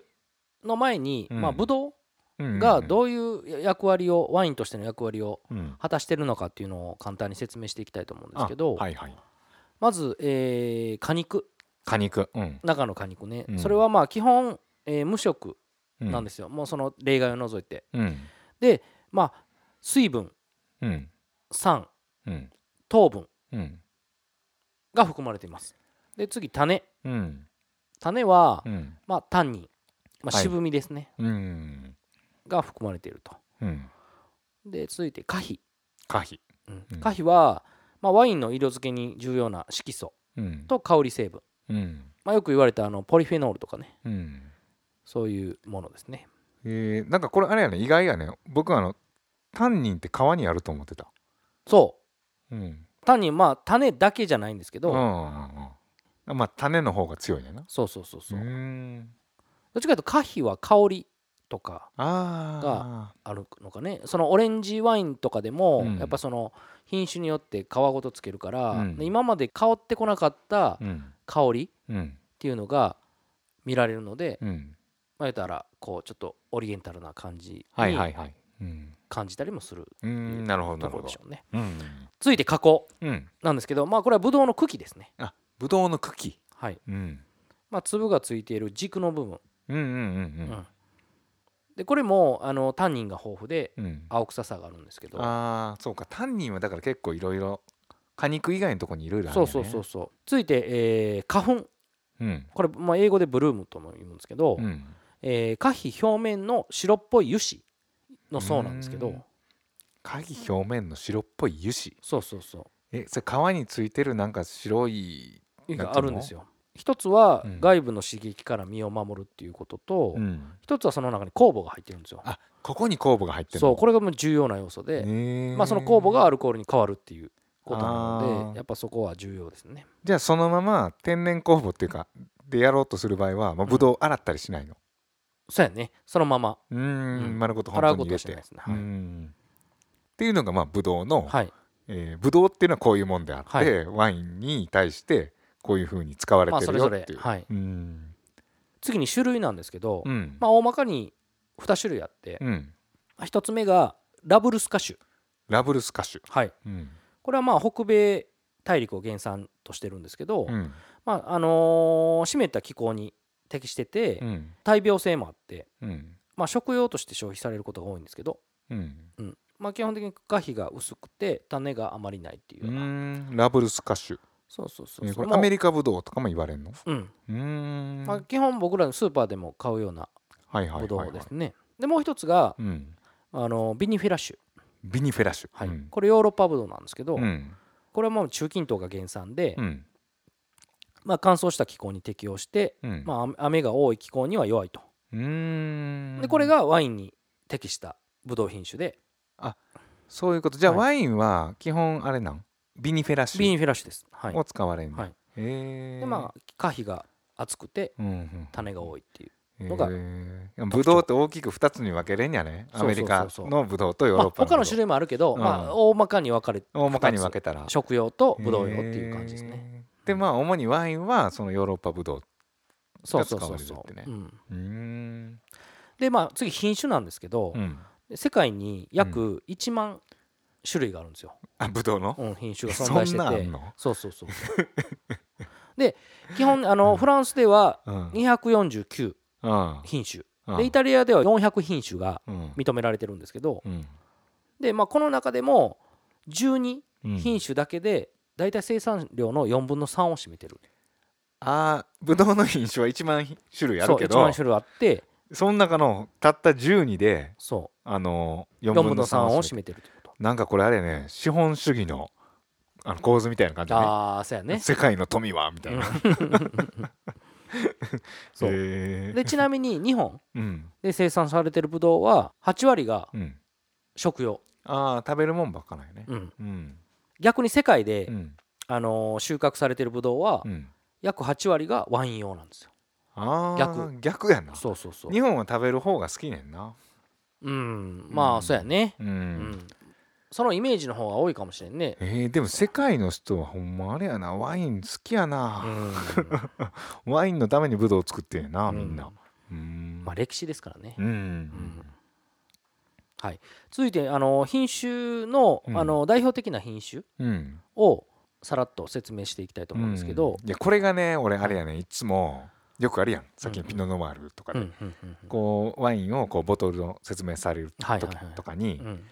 Speaker 3: の前に、
Speaker 2: うん
Speaker 3: まあブドウ
Speaker 2: うんうんうん
Speaker 3: がどういう役割をワインとしての役割を
Speaker 2: うん
Speaker 3: 果たしてるのかっていうのを簡単に説明していきたいと思うんで
Speaker 2: あ
Speaker 3: すけど、
Speaker 2: はいはい
Speaker 3: まず、えー果肉
Speaker 2: 果肉、うん
Speaker 3: 中の果肉ね、
Speaker 2: うん
Speaker 3: それはまあ基本、えー無色
Speaker 2: うん、
Speaker 3: なんですよ、もうその例外を除いて
Speaker 2: うん
Speaker 3: でまあ水分
Speaker 2: うん
Speaker 3: 酸
Speaker 2: うん
Speaker 3: 糖分
Speaker 2: うん
Speaker 3: が含まれていますで次種
Speaker 2: うん
Speaker 3: 種は、
Speaker 2: うん
Speaker 3: まあタンニン、まあ、
Speaker 2: はい
Speaker 3: 渋みですね、
Speaker 2: うん
Speaker 3: が含まれていると。
Speaker 2: うん
Speaker 3: で続いて可否、
Speaker 2: 果皮
Speaker 3: うん
Speaker 2: うん
Speaker 3: 可否は、まあ、ワインの色付けに重要な色素
Speaker 2: うん
Speaker 3: と香り成分、
Speaker 2: うん
Speaker 3: まあ、よく言われたあのポリフェノールとかね
Speaker 2: うん
Speaker 3: そういうものですね
Speaker 2: えー、なんかこれあれやね意外やね僕あのタンニンって皮にあると思ってた
Speaker 3: そ
Speaker 2: うんうん
Speaker 3: う単にまあ種だけじゃないんですけ
Speaker 2: うん
Speaker 3: ど、
Speaker 2: うんうんまあ種の方が強いねんな
Speaker 3: そうそうそうそう、
Speaker 2: ーん
Speaker 3: どっちかというと可否は香りとか
Speaker 2: あ
Speaker 3: あるのかねそのオレンジワインとかでも、
Speaker 2: うん
Speaker 3: やっぱその品種によって皮ごとつけるから、
Speaker 2: うん
Speaker 3: で今まで香ってこなかった
Speaker 2: あうん
Speaker 3: 香りっ
Speaker 2: うん
Speaker 3: ていうのが見られるので、
Speaker 2: うん
Speaker 3: まあ、言ったらこうちょっとオリエンタルな感じ
Speaker 2: はいは
Speaker 3: に
Speaker 2: いはいうん
Speaker 3: 感じたりもする
Speaker 2: うーんなるほどな
Speaker 3: と
Speaker 2: る
Speaker 3: こ
Speaker 2: ほど
Speaker 3: ろでしょうね。
Speaker 2: うん
Speaker 3: 続いて加工
Speaker 2: うん
Speaker 3: なんですけど、まあ、これはブドウの茎ですね。
Speaker 2: あぶどうの茎
Speaker 3: はい
Speaker 2: うん
Speaker 3: まあ、粒がついている軸の部分、
Speaker 2: うんうんう
Speaker 3: うんんでこれもあのタンニンが豊富で
Speaker 2: うんうん
Speaker 3: 青臭さがあるんですけど、
Speaker 2: あーそうかタンニンはだから結構いろいろ果肉以外のとこにいろいろある
Speaker 3: そ
Speaker 2: ん
Speaker 3: う
Speaker 2: やね
Speaker 3: そうそうそう続いて、えー花粉
Speaker 2: うん
Speaker 3: これ、まあ、英語でブルームとも言うんですけど、
Speaker 2: うん
Speaker 3: えー花皮表面の白っぽい油脂の層なんですけど、
Speaker 2: うん鍵表面の白っぽい油脂
Speaker 3: そうそうそう
Speaker 2: えそれ皮についてるなんか白い
Speaker 3: があるんですよ。一つは
Speaker 2: うん
Speaker 3: 外部の刺激から身を守るっていうことと、
Speaker 2: うん、
Speaker 3: 一つはその中に酵母が入ってるんですよ。
Speaker 2: あここに酵母が入ってる
Speaker 3: そうこれがもう重要な要素で、まあ、その酵母がアルコールに変わるっていうことなの
Speaker 2: あー
Speaker 3: でやっぱそこは重要ですね。
Speaker 2: じゃあそのまま天然酵母っていうかでやろうとする場合は、まあ、ぶどう洗ったりしないの、
Speaker 3: そうやねそのまま
Speaker 2: うーん
Speaker 3: うん
Speaker 2: 丸ごと本
Speaker 3: 払
Speaker 2: 当
Speaker 3: う
Speaker 2: に入れ
Speaker 3: ことはしててないですねはい
Speaker 2: うんっていうのがまあブドウの、
Speaker 3: はい
Speaker 2: えーブドウっていうのはこういうもんであって、
Speaker 3: はい
Speaker 2: ワインに対してこういうふうに使われ
Speaker 3: まあ
Speaker 2: て
Speaker 3: そ
Speaker 2: る
Speaker 3: れ
Speaker 2: よ
Speaker 3: ぞ
Speaker 2: っていう
Speaker 3: れ、、はい、
Speaker 2: うん
Speaker 3: 次に種類なんですけど、
Speaker 2: うん
Speaker 3: まあ大まかに2種類あって、
Speaker 2: うん
Speaker 3: まあ一つ目がラブルスカ種、
Speaker 2: ラブルスカシュ、
Speaker 3: はい、
Speaker 2: うん
Speaker 3: これはまあ北米大陸を原産としてるんですけど、
Speaker 2: うん
Speaker 3: まああのー湿った気候に適してて、
Speaker 2: うん
Speaker 3: 大病性もあって、
Speaker 2: うん
Speaker 3: まあ、食用として消費されることが多いんですけど、
Speaker 2: うん
Speaker 3: まあ、基本的に果皮が薄くて種があまりないっていう
Speaker 2: う
Speaker 3: ような、
Speaker 2: んラブルスカシュ
Speaker 3: そうそうそう
Speaker 2: えー
Speaker 3: そ
Speaker 2: こ
Speaker 3: れ
Speaker 2: れ
Speaker 3: も
Speaker 2: アメリカブドウとかも言われるの
Speaker 3: うん
Speaker 2: うーん
Speaker 3: ま
Speaker 2: は
Speaker 3: あ、
Speaker 2: い
Speaker 3: 基本僕らのスーパーでも買うような
Speaker 2: はいはい
Speaker 3: ブド
Speaker 2: は
Speaker 3: ウ
Speaker 2: い
Speaker 3: ですね、でもう一つが、
Speaker 2: うん
Speaker 3: あのビニフェラ種、
Speaker 2: ビニフェラシュ
Speaker 3: はい
Speaker 2: うん
Speaker 3: これヨーロッパブドウなんですけど、
Speaker 2: うん
Speaker 3: これはもう中近東が原産で、
Speaker 2: うん
Speaker 3: まあ、乾燥した気候に適応して、
Speaker 2: うん
Speaker 3: まあ雨、雨が多い気候には弱いと、
Speaker 2: うーん
Speaker 3: でこれがワインに適したブドウ品種で
Speaker 2: そういうことじゃあ
Speaker 3: はい
Speaker 2: ワインは基本あれなんビニフェラシ
Speaker 3: ビニ
Speaker 2: ュ
Speaker 3: フェラ種です、はい
Speaker 2: を使われるの、
Speaker 3: はい
Speaker 2: へえ
Speaker 3: でまあ果皮が厚くて
Speaker 2: うんうん
Speaker 3: 種が多いっていう
Speaker 2: の
Speaker 3: のが
Speaker 2: ブドウって大きく2つに分けれんやね
Speaker 3: そう
Speaker 2: アメ
Speaker 3: そうそうそう
Speaker 2: リカのブドウとヨー
Speaker 3: ま
Speaker 2: ロッ
Speaker 3: あ、
Speaker 2: パのブ
Speaker 3: 他
Speaker 2: ドウ
Speaker 3: の種類もあるけど、
Speaker 2: うん
Speaker 3: まあ、大まかに分かれ
Speaker 2: 大まかに分けたら
Speaker 3: 食用とブドウ用っていう感じですね。
Speaker 2: ねでまあ主にワインはそのヨーロッパブドウ
Speaker 3: そうそうそう
Speaker 2: 使
Speaker 3: そ
Speaker 2: われるってね
Speaker 3: う、うん
Speaker 2: うーん
Speaker 3: でまあ次品種なんですけど
Speaker 2: う、ん
Speaker 3: 世界に約1万種類があるんですよ、
Speaker 2: あブドウの
Speaker 3: うん、品種が存
Speaker 2: そ
Speaker 3: 在し
Speaker 2: ん
Speaker 3: て
Speaker 2: なんあ
Speaker 3: て
Speaker 2: んの
Speaker 3: そうそうそうそうで基本あのフランスでは
Speaker 2: うん
Speaker 3: 249
Speaker 2: うん
Speaker 3: 品種
Speaker 2: うん
Speaker 3: でイタリアでは400品種が
Speaker 2: うん
Speaker 3: 認められてるんですけど
Speaker 2: うん
Speaker 3: で、まあ、この中でも12
Speaker 2: うん
Speaker 3: 品種だけで大体生産量の4分の3を占めてる
Speaker 2: あーブドウの品種は1万種類あ
Speaker 3: そ
Speaker 2: る
Speaker 3: う
Speaker 2: け
Speaker 3: 1
Speaker 2: ど
Speaker 3: 万種類あって
Speaker 2: その中のたった12で
Speaker 3: そ
Speaker 2: あの
Speaker 3: う
Speaker 2: 4
Speaker 3: 4
Speaker 2: 分
Speaker 3: 分
Speaker 2: の
Speaker 3: の
Speaker 2: 3
Speaker 3: 3
Speaker 2: を
Speaker 3: を
Speaker 2: 占
Speaker 3: 占
Speaker 2: め
Speaker 3: めてるってこ
Speaker 2: なんかこれあれやね資本主義のあの構図みたいな感じ
Speaker 3: と
Speaker 2: だね
Speaker 3: ああそうやね
Speaker 2: 世界の富はみたいな。
Speaker 3: そう
Speaker 2: へー
Speaker 3: でちなみに日本
Speaker 2: うん
Speaker 3: で生産されてるブドウは8割が
Speaker 2: うん、
Speaker 3: 食用、
Speaker 2: ああ食べるもんばっかなんやね。
Speaker 3: うん
Speaker 2: うん
Speaker 3: 逆に世界で、
Speaker 2: うん
Speaker 3: あのー収穫されてるブドウは
Speaker 2: うん、
Speaker 3: 約8割がワイン用なんですよ
Speaker 2: ああ逆
Speaker 3: 逆
Speaker 2: 逆やな
Speaker 3: そうそうそう
Speaker 2: 日本は食べる方が好きねんな。
Speaker 3: うんまあそうやね
Speaker 2: うん
Speaker 3: うん、そのイメージの方が多いかもしれんね
Speaker 2: えーでも世界の人はほんまあれやなワイン好きや
Speaker 3: う
Speaker 2: な、
Speaker 3: ん、
Speaker 2: ワインのためにブドウ作ってんやな、
Speaker 3: うん
Speaker 2: みんな。うん
Speaker 3: まあ歴史ですからね
Speaker 2: うん
Speaker 3: はい、続いてあの品種の,、
Speaker 2: うん
Speaker 3: あの代表的な品種
Speaker 2: うん
Speaker 3: をさらっと説明していきたいと思うんですけど、
Speaker 2: いやこれがね俺あれやねいつもよくあるやんさっきのピノノワールとか
Speaker 3: う
Speaker 2: で、
Speaker 3: んうんうん
Speaker 2: こうワインをこうボトルの説明される
Speaker 3: はい
Speaker 2: 時
Speaker 3: はいはい
Speaker 2: とかに
Speaker 3: うんうん
Speaker 2: い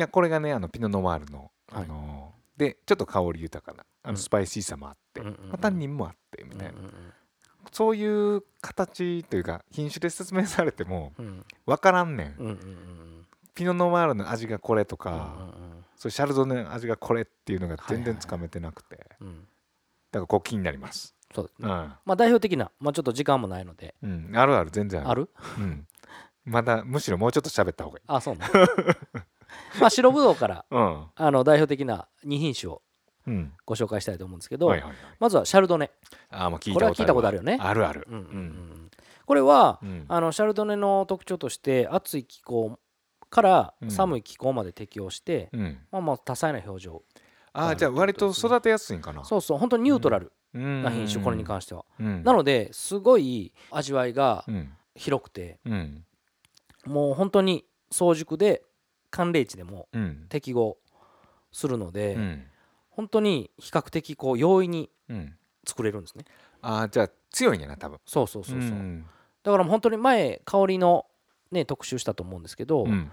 Speaker 2: やこれがねあのピノ・ノワールの、
Speaker 3: はい
Speaker 2: あのーでちょっと香り豊かなあの
Speaker 3: うん
Speaker 2: スパイシーさもあって、
Speaker 3: うんうんうん
Speaker 2: まあ、タンニンもあってみ
Speaker 3: う
Speaker 2: たいな、
Speaker 3: ん
Speaker 2: そういう形というか品種で説明されても
Speaker 3: うん
Speaker 2: 分からんねん、
Speaker 3: うんうんうんうん
Speaker 2: ピノ・ノワールの味がこれとか、
Speaker 3: うん
Speaker 2: そうシャルドネの味がこれっていうのが全
Speaker 3: はいはい
Speaker 2: 然
Speaker 3: はい
Speaker 2: つかめてなくて、
Speaker 3: うんうん
Speaker 2: だからこう気になります
Speaker 3: そうです
Speaker 2: う
Speaker 3: ね
Speaker 2: ん、
Speaker 3: まあ代表的な、まあ、ちょっと時間もないので
Speaker 2: うん、あるある全然ある
Speaker 3: ある
Speaker 2: うん、まだむしろもうちょっと喋った方がいい
Speaker 3: あそうなのまあ白ぶどうから
Speaker 2: うん
Speaker 3: あの代表的な2品種を
Speaker 2: うん
Speaker 3: ご紹介したいと思うんですけど、
Speaker 2: はいはいはい
Speaker 3: まずはシャルドネ、
Speaker 2: あーもう聞い
Speaker 3: これは聞いたことあ
Speaker 2: る
Speaker 3: るよね
Speaker 2: あるある
Speaker 3: うんうんうん
Speaker 2: ん
Speaker 3: これは、
Speaker 2: うん
Speaker 3: あのシャルドネの特徴として暑い気候から
Speaker 2: うん
Speaker 3: 寒い気候まで適応して、
Speaker 2: うん
Speaker 3: まあまあ多彩な表情
Speaker 2: あ
Speaker 3: あ
Speaker 2: あ
Speaker 3: る
Speaker 2: じゃあ割と育てやすいんかな
Speaker 3: そうそう本当にニュートラル
Speaker 2: う
Speaker 3: な品種、これに関
Speaker 2: し
Speaker 3: しては、
Speaker 2: てな
Speaker 3: なのですごい味わいが
Speaker 2: うん
Speaker 3: 広くて、
Speaker 2: うん
Speaker 3: もう本当に早熟で寒冷地でも
Speaker 2: うん
Speaker 3: 適合するので、
Speaker 2: うん
Speaker 3: 本当に比較的こう容易に
Speaker 2: うん
Speaker 3: 作れるんですね
Speaker 2: ああじゃあ強いんやな多分
Speaker 3: そうそうそうそう、
Speaker 2: ん
Speaker 3: だからもう本当に前香りのね特集したと思うんですけど、
Speaker 2: うん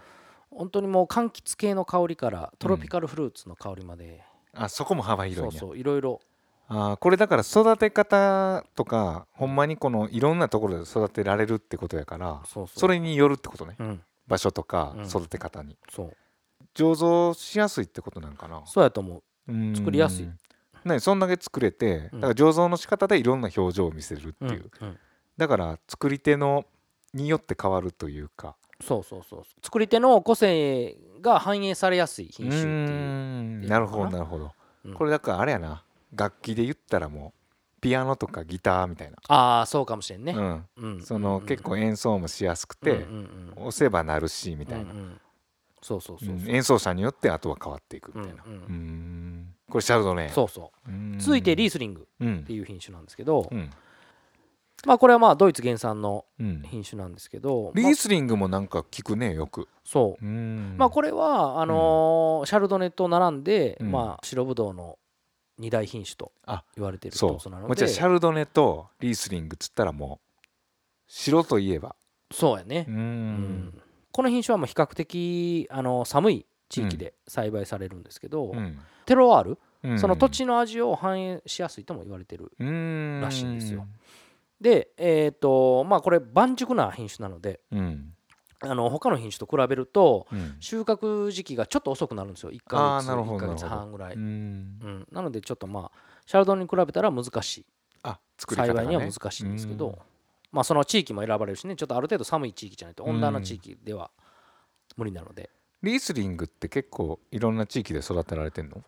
Speaker 3: 本当にもう柑橘系の香りからトロピカルフルーツの香りまで、
Speaker 2: あそこも幅
Speaker 3: そ
Speaker 2: 広
Speaker 3: う
Speaker 2: いんや
Speaker 3: そういろいろ
Speaker 2: あーこれだから育て方とかほんまにこのいろんなところで育てられるってことやから
Speaker 3: そうそう
Speaker 2: それによるってことね
Speaker 3: うん
Speaker 2: 場所とか
Speaker 3: うん
Speaker 2: 育て方に
Speaker 3: そう
Speaker 2: 醸造しやすいってことなんかな
Speaker 3: そうやと思う
Speaker 2: うん
Speaker 3: 作りやすい
Speaker 2: ねそんだけ作れて
Speaker 3: う
Speaker 2: だ
Speaker 3: ん
Speaker 2: から醸造の仕方でいろんな表情を見せるって
Speaker 3: うん
Speaker 2: いう、
Speaker 3: うん
Speaker 2: だから作り手のによって変わるというか
Speaker 3: そうそうそう作り手の個性が反映されやすい品種っていう
Speaker 2: ーんなるほどなるほど、
Speaker 3: うん
Speaker 2: これだからあれやな楽器で言ったらもうピアノとかギターみたいな、
Speaker 3: ああそうかもしれんね、
Speaker 2: うん、
Speaker 3: うん
Speaker 2: その結構演奏もしやすくて、
Speaker 3: うんうんうん
Speaker 2: 押せば鳴るしみたいな、
Speaker 3: うんうんそうそうそうそう、
Speaker 2: うん演奏者によってあとは変わっていくみたいな、
Speaker 3: うんうん
Speaker 2: うーんこれシャルドネ
Speaker 3: そうそう
Speaker 2: うーん
Speaker 3: 続いてリースリング
Speaker 2: う
Speaker 3: って
Speaker 2: ん
Speaker 3: いう品種なんですけど、
Speaker 2: うん
Speaker 3: まあこれはまあドイツ原産の
Speaker 2: うん
Speaker 3: 品種なんですけど、
Speaker 2: リ
Speaker 3: ま
Speaker 2: ー
Speaker 3: あ
Speaker 2: スリングもなんか聞くねよく
Speaker 3: そう
Speaker 2: うーん
Speaker 3: まあこれはあのーシャルドネと並んで、
Speaker 2: うん
Speaker 3: まあ白ぶどうの二大品種と
Speaker 2: あ
Speaker 3: 言われている
Speaker 2: そ
Speaker 3: 一つ
Speaker 2: う
Speaker 3: なので
Speaker 2: もちろんシャルドネとリースリングっつったらもう白といえば
Speaker 3: そうやね
Speaker 2: うー、
Speaker 3: うん
Speaker 2: ん
Speaker 3: この品種はもう比較的、あのー寒い地域で栽培されるんですけど、
Speaker 2: うん
Speaker 3: テロワール、
Speaker 2: うん
Speaker 3: その土地の味を反映しやすいとも言われてる
Speaker 2: うー
Speaker 3: らしいんですよでえっ、とまあこれ盤熟な品種なので
Speaker 2: うん
Speaker 3: あの他の品種と比べると
Speaker 2: うん
Speaker 3: 収穫時期がちょっと遅くなるんですよ1
Speaker 2: あ
Speaker 3: ヶ
Speaker 2: ー
Speaker 3: 月
Speaker 2: なるほど
Speaker 3: 1ヶ月
Speaker 2: なるほど
Speaker 3: 半ぐらい、
Speaker 2: うん
Speaker 3: うん、なのでちょっとまあシャルドネに比べたら難しい
Speaker 2: あ作り方
Speaker 3: 栽
Speaker 2: が
Speaker 3: 培
Speaker 2: ね
Speaker 3: には難しいんですけど、まあその地域も選ばれるしねちょっとある程度寒い地域じゃないと
Speaker 2: うん
Speaker 3: 温暖な地域では無理なので、
Speaker 2: リースリングって結構いろんな地域で育てられてんの
Speaker 3: い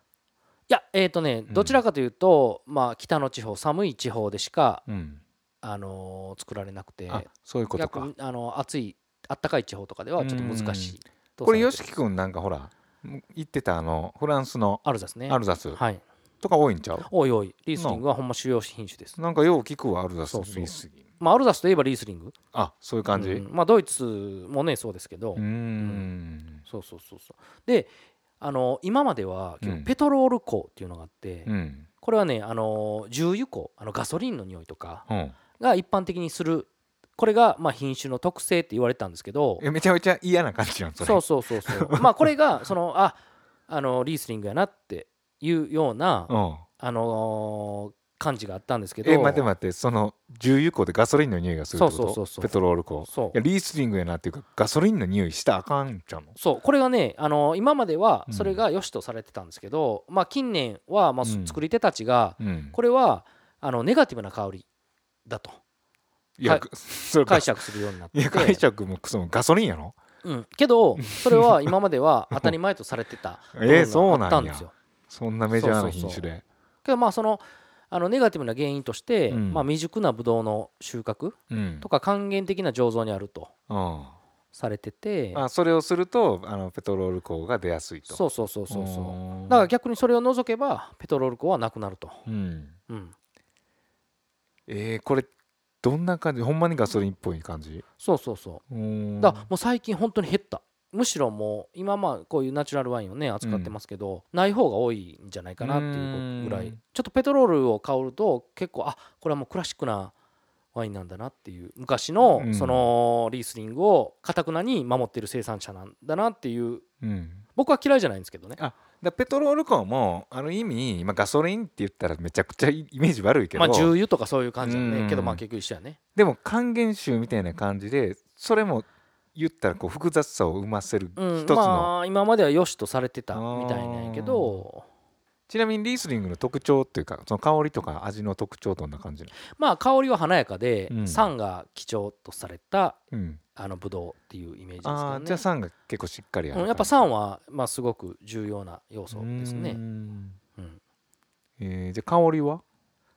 Speaker 3: やえっ、とね
Speaker 2: うん
Speaker 3: どちらかというと、まあ北の地方寒い地方でしか、
Speaker 2: うん
Speaker 3: あのー作られなくて
Speaker 2: あそういうこと
Speaker 3: 逆
Speaker 2: か
Speaker 3: にあの暑い暖かい地方とかではちょっと難しいと
Speaker 2: これ
Speaker 3: さ
Speaker 2: よ
Speaker 3: て
Speaker 2: し
Speaker 3: る
Speaker 2: きくんなんかほら言ってたあのフランスの
Speaker 3: アルザスね
Speaker 2: アルザス
Speaker 3: はい
Speaker 2: とか多いんちゃう
Speaker 3: おいおいリースリングはほんま主要品種です、
Speaker 2: なんかよう聞くわアルザス
Speaker 3: そう
Speaker 2: リ
Speaker 3: そう
Speaker 2: ースリング
Speaker 3: まあアルザスといえばリースリング
Speaker 2: あそういう感
Speaker 3: う
Speaker 2: じ
Speaker 3: んまあドイツもねそうですけど、
Speaker 2: うーん
Speaker 3: そうそうそうそうであの今までは
Speaker 2: うん
Speaker 3: ペトロール香っていうのがあって、
Speaker 2: うん
Speaker 3: これはねあの重油香あのガソリンの匂いとか
Speaker 2: うん
Speaker 3: が一般的にするこれがまあ品種の特性って言われてたんですけど
Speaker 2: えめちゃめちゃ嫌な感じなんそれ
Speaker 3: そうそうそうそ うまあこれがそのああのリースリングやなっていうような、
Speaker 2: うん
Speaker 3: あのー感じがあったんですけど
Speaker 2: え待って待ってその重油庫でガソリンの匂いがするってこと
Speaker 3: そうそうそうそう
Speaker 2: ペトロール庫
Speaker 3: そう
Speaker 2: いやリースリングやなっていうかガソリンの匂いしたらあかんちゃうの
Speaker 3: そうこれがね、あのー今までは
Speaker 2: うん
Speaker 3: それが良しとされてたんですけど、まあ、近年は、まあ、
Speaker 2: うん
Speaker 3: 作り手たちが
Speaker 2: うん
Speaker 3: これはあのネガティブな香りだと
Speaker 2: いや
Speaker 3: か
Speaker 2: それ
Speaker 3: 解釈するようになって
Speaker 2: いや解
Speaker 3: て、
Speaker 2: 釈もクソもガソリンやろ
Speaker 3: うん、けどそれは今までは当たり前とされてた
Speaker 2: えー
Speaker 3: 部分があった
Speaker 2: そうなんや
Speaker 3: ですよ。
Speaker 2: そんなメジャーな品種で
Speaker 3: けどまあそのあのネガティブな原因として、
Speaker 2: うん
Speaker 3: まあ、未熟なブドウの収穫
Speaker 2: うん
Speaker 3: とか還元的な醸造にあると
Speaker 2: うん
Speaker 3: されてて、
Speaker 2: まあそれをするとあのペトロール香が出やすいと
Speaker 3: そうそうそうそうそ
Speaker 2: う
Speaker 3: うだから逆にそれを除けばペトロール粉はなくなると、
Speaker 2: うん
Speaker 3: うん、
Speaker 2: えー、これどんな感じほんまにガソリンっぽい感じ
Speaker 3: そうそうそうう
Speaker 2: ーん
Speaker 3: だからもう最近本当に減ったむしろもう今まあこういうナチュラルワインをね扱ってますけど、ない方が多いんじゃないかなっていうぐら
Speaker 2: う
Speaker 3: い
Speaker 2: ん
Speaker 3: ちょっとペトロールを香ると結構あこれはもうクラシックなワインなんだなっていう昔の
Speaker 2: うん
Speaker 3: そのリースリングをかたくなに守ってる生産者なんだなっていう
Speaker 2: うん
Speaker 3: 僕は嫌いじゃないんですけどね
Speaker 2: だペトロール香もある意味、まあ、ガソリンって言ったらめちゃくちゃイイメージ悪いけど、
Speaker 3: まあ重油とかそういう感じだね、
Speaker 2: うん
Speaker 3: けどまあ結局一緒やね
Speaker 2: でも還元臭みたいな感じでそれも言ったらこう複雑さを生ませる一
Speaker 3: うん
Speaker 2: つの、
Speaker 3: まあ今までは良しとされてたみたいなんやけど
Speaker 2: ちなみにリースリングの特徴っていうかその香りとか味の特徴どんな感じな
Speaker 3: まあ香りは華やかで、
Speaker 2: うん
Speaker 3: 酸が基調とされた
Speaker 2: の、うん
Speaker 3: あのブドウっていうイメージですけ
Speaker 2: あ
Speaker 3: ど
Speaker 2: あ
Speaker 3: ね
Speaker 2: じゃあ酸が結構しっかりある
Speaker 3: うん、やっぱ酸はまあすごく重要な要素です
Speaker 2: うー
Speaker 3: ね、
Speaker 2: ん
Speaker 3: うん
Speaker 2: えーじゃあ香りは、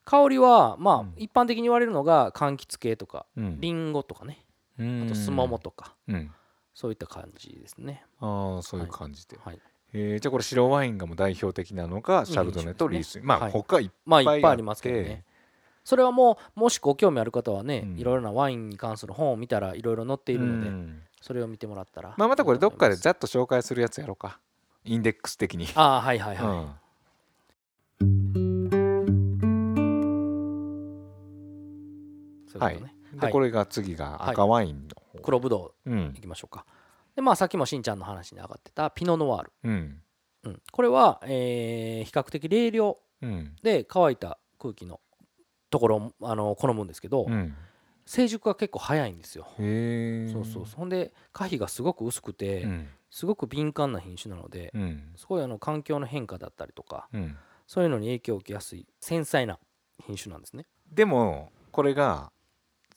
Speaker 3: 香りは
Speaker 2: う
Speaker 3: ま
Speaker 2: ん
Speaker 3: あ一般的に言われるのが柑橘系とか
Speaker 2: うん
Speaker 3: リンゴとかねあ
Speaker 2: あ
Speaker 3: とスモモ、とか
Speaker 2: うん、
Speaker 3: そういった感じですね
Speaker 2: ああそういう感じで、
Speaker 3: はい
Speaker 2: えーじゃあこれ白ワインがもう代表的なのがシャルドネとリースリング、ま
Speaker 3: は
Speaker 2: あ
Speaker 3: い
Speaker 2: 他いっ
Speaker 3: まあ
Speaker 2: ぱいあっ
Speaker 3: いっ
Speaker 2: て
Speaker 3: ぱいありますけどねそれはもうもしご興味ある方はね、
Speaker 2: うん
Speaker 3: いろいろなワインに関する本を見たらいろいろ載って
Speaker 2: ぱ
Speaker 3: いるので、
Speaker 2: うん
Speaker 3: それを見てもらったら
Speaker 2: まあまたこれどっかで
Speaker 3: いいと
Speaker 2: ざっと紹介するやつやろうかインデックス的に、
Speaker 3: 思いますああはいはいはい、
Speaker 2: うん
Speaker 3: そういうことね
Speaker 2: でこれが次が赤ワインの方、
Speaker 3: 黒ぶど
Speaker 2: う
Speaker 3: うんいきましょうかでまあさっきもしんちゃんの話に上がってたピノ・ノワール、
Speaker 2: うん
Speaker 3: うん、これは、えー比較的冷涼
Speaker 2: うん
Speaker 3: で乾いた空気のところをあの好むんですけど、
Speaker 2: うん
Speaker 3: 成熟が結構早いんですよ、
Speaker 2: へえ
Speaker 3: そうそうそうほんで果皮がすごく薄くて、
Speaker 2: うん
Speaker 3: すごく敏感な品種なので、
Speaker 2: うん
Speaker 3: すごいあの環境の変化だったりとか
Speaker 2: うん
Speaker 3: そういうのに影響を受けやすい繊細な品種なんですね
Speaker 2: でもこれが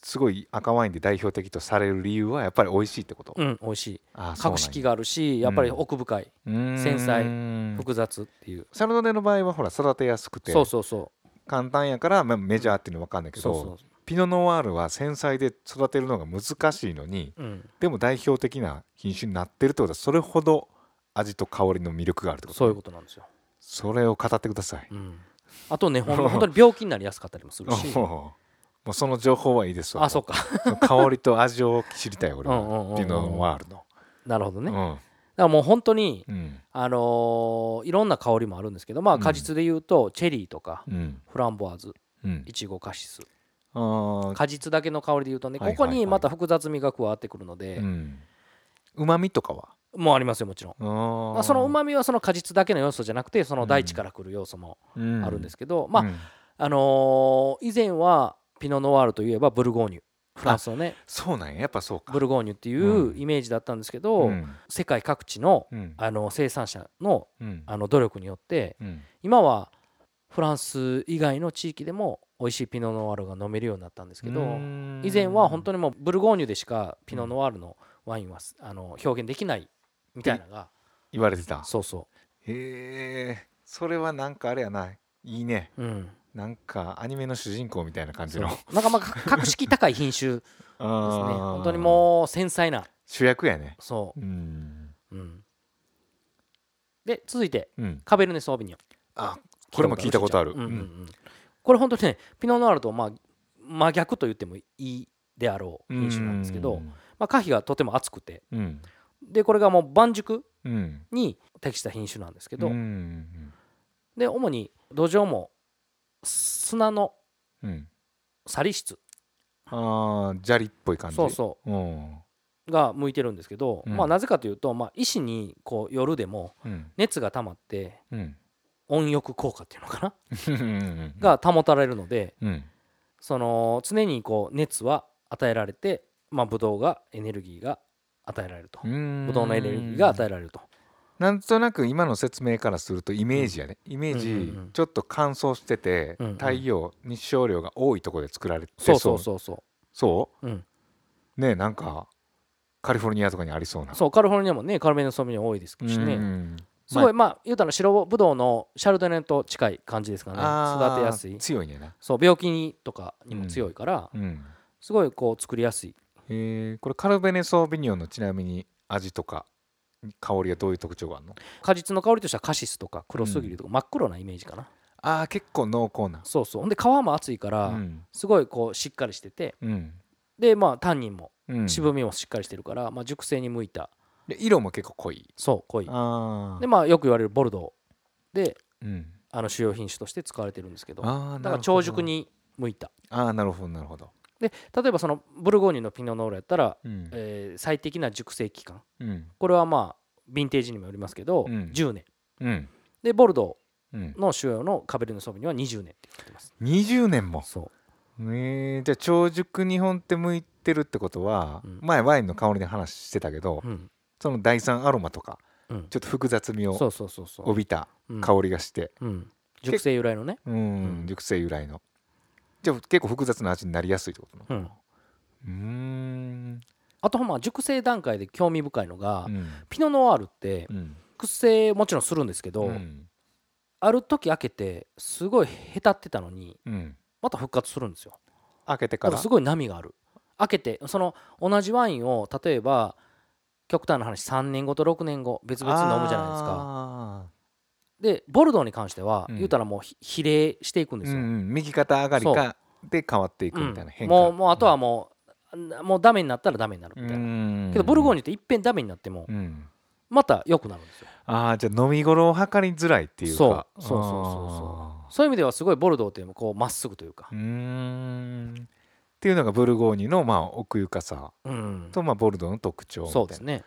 Speaker 2: すごい赤ワインで代表的とされる理由はやっぱり美味しいってこと、
Speaker 3: うん美味しい
Speaker 2: あーそうなんや
Speaker 3: 格式があるしやっぱり奥深い、
Speaker 2: うーん
Speaker 3: 繊細複雑っていう、
Speaker 2: サルドネの場合はほら育てやすくて
Speaker 3: そうそうそう
Speaker 2: 簡単やから、まあ、メジャーっていうの分かんないけど
Speaker 3: そうそう
Speaker 2: ピノ・ノワールは繊細で育てるのが難しいのに
Speaker 3: うん、
Speaker 2: でも代表的な品種になってるってことはそれほど味と香りの魅力があるってこと
Speaker 3: そういうことなんですよ、
Speaker 2: それを語ってください
Speaker 3: うん、あとねほん本当に病気になりやすかったりもするし
Speaker 2: おおもうその情報はいいですわ
Speaker 3: あそうか
Speaker 2: その 香りと味を知りたい俺
Speaker 3: うんうんうんう
Speaker 2: は
Speaker 3: ん
Speaker 2: ピノ・ノワールの
Speaker 3: なるほどね、
Speaker 2: う
Speaker 3: だか
Speaker 2: ん
Speaker 3: らもう本当に
Speaker 2: うん
Speaker 3: あのーいろんな香りもあるんですけどまあ
Speaker 2: うん
Speaker 3: 果実で言うとチェリーとか
Speaker 2: うん
Speaker 3: フランボワーズ
Speaker 2: うん
Speaker 3: いちごカシス
Speaker 2: あー
Speaker 3: 果実だけの香りで言うとね
Speaker 2: はいは
Speaker 3: こ
Speaker 2: い
Speaker 3: こにまた複雑味が加わってくるので、
Speaker 2: うまみとかは
Speaker 3: もうありますよもちろん、ま
Speaker 2: ま
Speaker 3: あ、そのうまみはその果実だけの要素じゃなくてその大地から来る要素もあるんですけど、まあ、あのー以前はピノ・ノワールといえばブルゴーニュフランスのね
Speaker 2: そうなんややっぱそうか
Speaker 3: ブルゴーニュっていう
Speaker 2: うん
Speaker 3: イメージだったんですけど、
Speaker 2: うん
Speaker 3: 世界各地の
Speaker 2: うん
Speaker 3: あの生産者の
Speaker 2: うん
Speaker 3: あの努力によって
Speaker 2: うん
Speaker 3: 今はフランス以外の地域でも美味しいピノ・ノワールが飲めるようになったんですけど
Speaker 2: うーん
Speaker 3: 以前は本当にもうブルゴーニュでしかピノ・ノワールのワインはあの表現できないみたいなのが
Speaker 2: 言われてた
Speaker 3: そうそ
Speaker 2: へえそれはなんかあれやないいね
Speaker 3: ううん
Speaker 2: なんかアニメの主人公みたいな感じ
Speaker 3: そう
Speaker 2: の
Speaker 3: なかなか 格式高い品種ですね
Speaker 2: あー
Speaker 3: 本当にもう繊細な
Speaker 2: 主役やね
Speaker 3: そう
Speaker 2: うん
Speaker 3: うん、で続いて
Speaker 2: うん
Speaker 3: カベルネ・ソービニョン
Speaker 2: あこれも聞いたことある
Speaker 3: うんうんうんこれ本当にねピノ・ノワールとまあ真逆と言ってもいいであろう
Speaker 2: うん
Speaker 3: 品種なんですけど、まあ、花皮がとても厚くて
Speaker 2: うん
Speaker 3: でこれがもう晩熟
Speaker 2: うん
Speaker 3: に適した品種なんですけど、
Speaker 2: うん
Speaker 3: で主に土壌も砂の
Speaker 2: うん
Speaker 3: 砂利質
Speaker 2: あー砂利っぽい感じ
Speaker 3: そうそ
Speaker 2: うん
Speaker 3: うが向いてるんですけど、
Speaker 2: うん
Speaker 3: まあ、なぜかというと、まあ、石にこう夜でも
Speaker 2: うん
Speaker 3: 熱が溜まって
Speaker 2: うん
Speaker 3: 温浴効果っていうのかな、
Speaker 2: うんうん
Speaker 3: が保たれるので、
Speaker 2: うん
Speaker 3: その常にこう熱は与えられて、まあ、ブドウがエネルギーが与えられると、ブ
Speaker 2: ぶ
Speaker 3: ドウのエネルギーが与えられると、
Speaker 2: なんとなく今の説明からするとイメージやねイメー
Speaker 3: うん
Speaker 2: ジ
Speaker 3: うんうん
Speaker 2: ちょっと乾燥してて
Speaker 3: うんうん
Speaker 2: 太陽日照量が多いところで作られて
Speaker 3: そうそう
Speaker 2: う
Speaker 3: そうそ、
Speaker 2: そう
Speaker 3: うん、
Speaker 2: うねなんかカリフォルニアとかにありそうな
Speaker 3: そうカリフォルニアもねカルメンソミニョン多いですしね、
Speaker 2: うん
Speaker 3: すごい
Speaker 2: ま
Speaker 3: まあ言うたら白ブドウのシャルドネと近い感じですかね
Speaker 2: あ
Speaker 3: 育てやす
Speaker 2: あー
Speaker 3: い
Speaker 2: 強いねんな
Speaker 3: そう病気にとかにも強いから、
Speaker 2: うん
Speaker 3: すごいこう作りやすい
Speaker 2: えーこれカルベネソービニョンのちなみに味とか香りがどういう特徴があるの
Speaker 3: 果実の香りとしてはカシスとか黒すぎるとか、真っ黒なイメージかな
Speaker 2: あー結構濃厚な
Speaker 3: そうそうほんで皮も厚いから、
Speaker 2: うん
Speaker 3: すごいこうしっかりしてて
Speaker 2: うん
Speaker 3: でまあタンニンも
Speaker 2: うん
Speaker 3: 渋みもしっかりしてるから、まあ、熟成に向いた
Speaker 2: で色も結構濃い
Speaker 3: そう濃い
Speaker 2: あ
Speaker 3: でまあよく言われるボルドーで
Speaker 2: ーうん
Speaker 3: あの主要品種として使われてるんですけどだ
Speaker 2: あーなるほど
Speaker 3: から長熟に向いた
Speaker 2: ああなるほどなるほど
Speaker 3: で例えばそのブルゴーニュのピノノールやったら、
Speaker 2: うん
Speaker 3: えー最適な熟成期間
Speaker 2: うん
Speaker 3: これはまあヴィンテージにもよりますけど、
Speaker 2: うん
Speaker 3: 10年
Speaker 2: うん
Speaker 3: でボルド
Speaker 2: うん
Speaker 3: ーの主要のカベルネソービニョンは20年って言ってます
Speaker 2: 20年も
Speaker 3: そう
Speaker 2: えー、じゃあ長熟日本って向いてるってことは、
Speaker 3: うん
Speaker 2: 前ワインの香りで話してたけど、
Speaker 3: うん
Speaker 2: その第三アロマとか
Speaker 3: うん
Speaker 2: ちょっと複雑味
Speaker 3: そ
Speaker 2: を
Speaker 3: うそうそうそう
Speaker 2: 帯びた
Speaker 3: うん
Speaker 2: 香りがして
Speaker 3: うん熟成由来のね
Speaker 2: うん
Speaker 3: うん
Speaker 2: 熟成由来のじゃあ結構複雑な味になりやすいってことなう
Speaker 3: うん
Speaker 2: ーん
Speaker 3: あとまあ熟成段階で興味深いのが、
Speaker 2: うん
Speaker 3: ピノノワールって
Speaker 2: うん
Speaker 3: 熟成もちろんするんですけど、
Speaker 2: うん
Speaker 3: ある時開けてすごいへたってたのに
Speaker 2: うん
Speaker 3: また復活するんですよ
Speaker 2: 開けて
Speaker 3: だ
Speaker 2: か
Speaker 3: から
Speaker 2: ら
Speaker 3: すごい波がある開けてその同じワインを例えば極端な話3年後と6年後別々に飲むじゃないですか
Speaker 2: あ
Speaker 3: でボルドーに関しては、
Speaker 2: うん
Speaker 3: 言うたらもうひ比例していくん
Speaker 2: ー
Speaker 3: ですよ、
Speaker 2: うんうん右肩上がりかで変わっていく
Speaker 3: うん
Speaker 2: みたいな変化、
Speaker 3: もうもうあとはもう、なもうダメになったらダメになる
Speaker 2: う
Speaker 3: みたいな、
Speaker 2: ん
Speaker 3: けどボルゴーニュっていっぺんダメになっても
Speaker 2: うん
Speaker 3: また良くなるんですよ
Speaker 2: ああじゃあ飲み頃を測りづらいっていうか
Speaker 3: そうそうそうそうそういう意味ではすごいボルドーっていうのもこうまっすぐというか
Speaker 2: う、うーんっていうのがブルゴーニュのまあ奥ゆかさ
Speaker 3: うん、
Speaker 2: とまあボルドーの特徴みたいな
Speaker 3: そうですね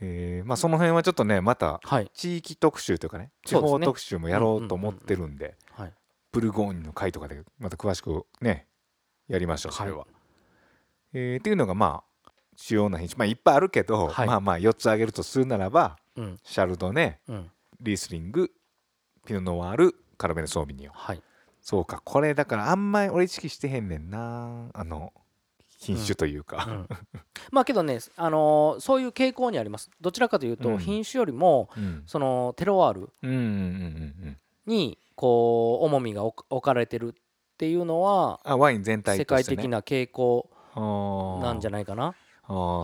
Speaker 2: えーまあ、その辺はちょっとねまた
Speaker 3: はい
Speaker 2: 地域特集というかね地
Speaker 3: そうですね
Speaker 2: 方特集もやろうと思ってるんで
Speaker 3: はい
Speaker 2: ブルゴーニュの回とかでまた詳しくねやりましょうそれは。
Speaker 3: はい
Speaker 2: えーっていうのがまあ主要な品種まあいっぱいあるけど、
Speaker 3: はい
Speaker 2: まあまあ4つ挙げるとするならば
Speaker 3: うん
Speaker 2: シャルドネ
Speaker 3: うん
Speaker 2: リースリングピノノワールカルメネソービニオン
Speaker 3: はい
Speaker 2: そうかこれだからあんまり俺意識してへんねんなあの品種という
Speaker 3: う
Speaker 2: か、
Speaker 3: ん まあけどね、あのーそういう傾向にありますどちらかという
Speaker 2: う
Speaker 3: と
Speaker 2: ん
Speaker 3: 品種よりも
Speaker 2: うん、
Speaker 3: そのテロワール
Speaker 2: うんうんうんうん
Speaker 3: にこう重みが置置かれてるっていうのは
Speaker 2: あワイン全体
Speaker 3: 世
Speaker 2: と
Speaker 3: 界
Speaker 2: してね
Speaker 3: 的な傾向
Speaker 2: な
Speaker 3: なんじゃないかな。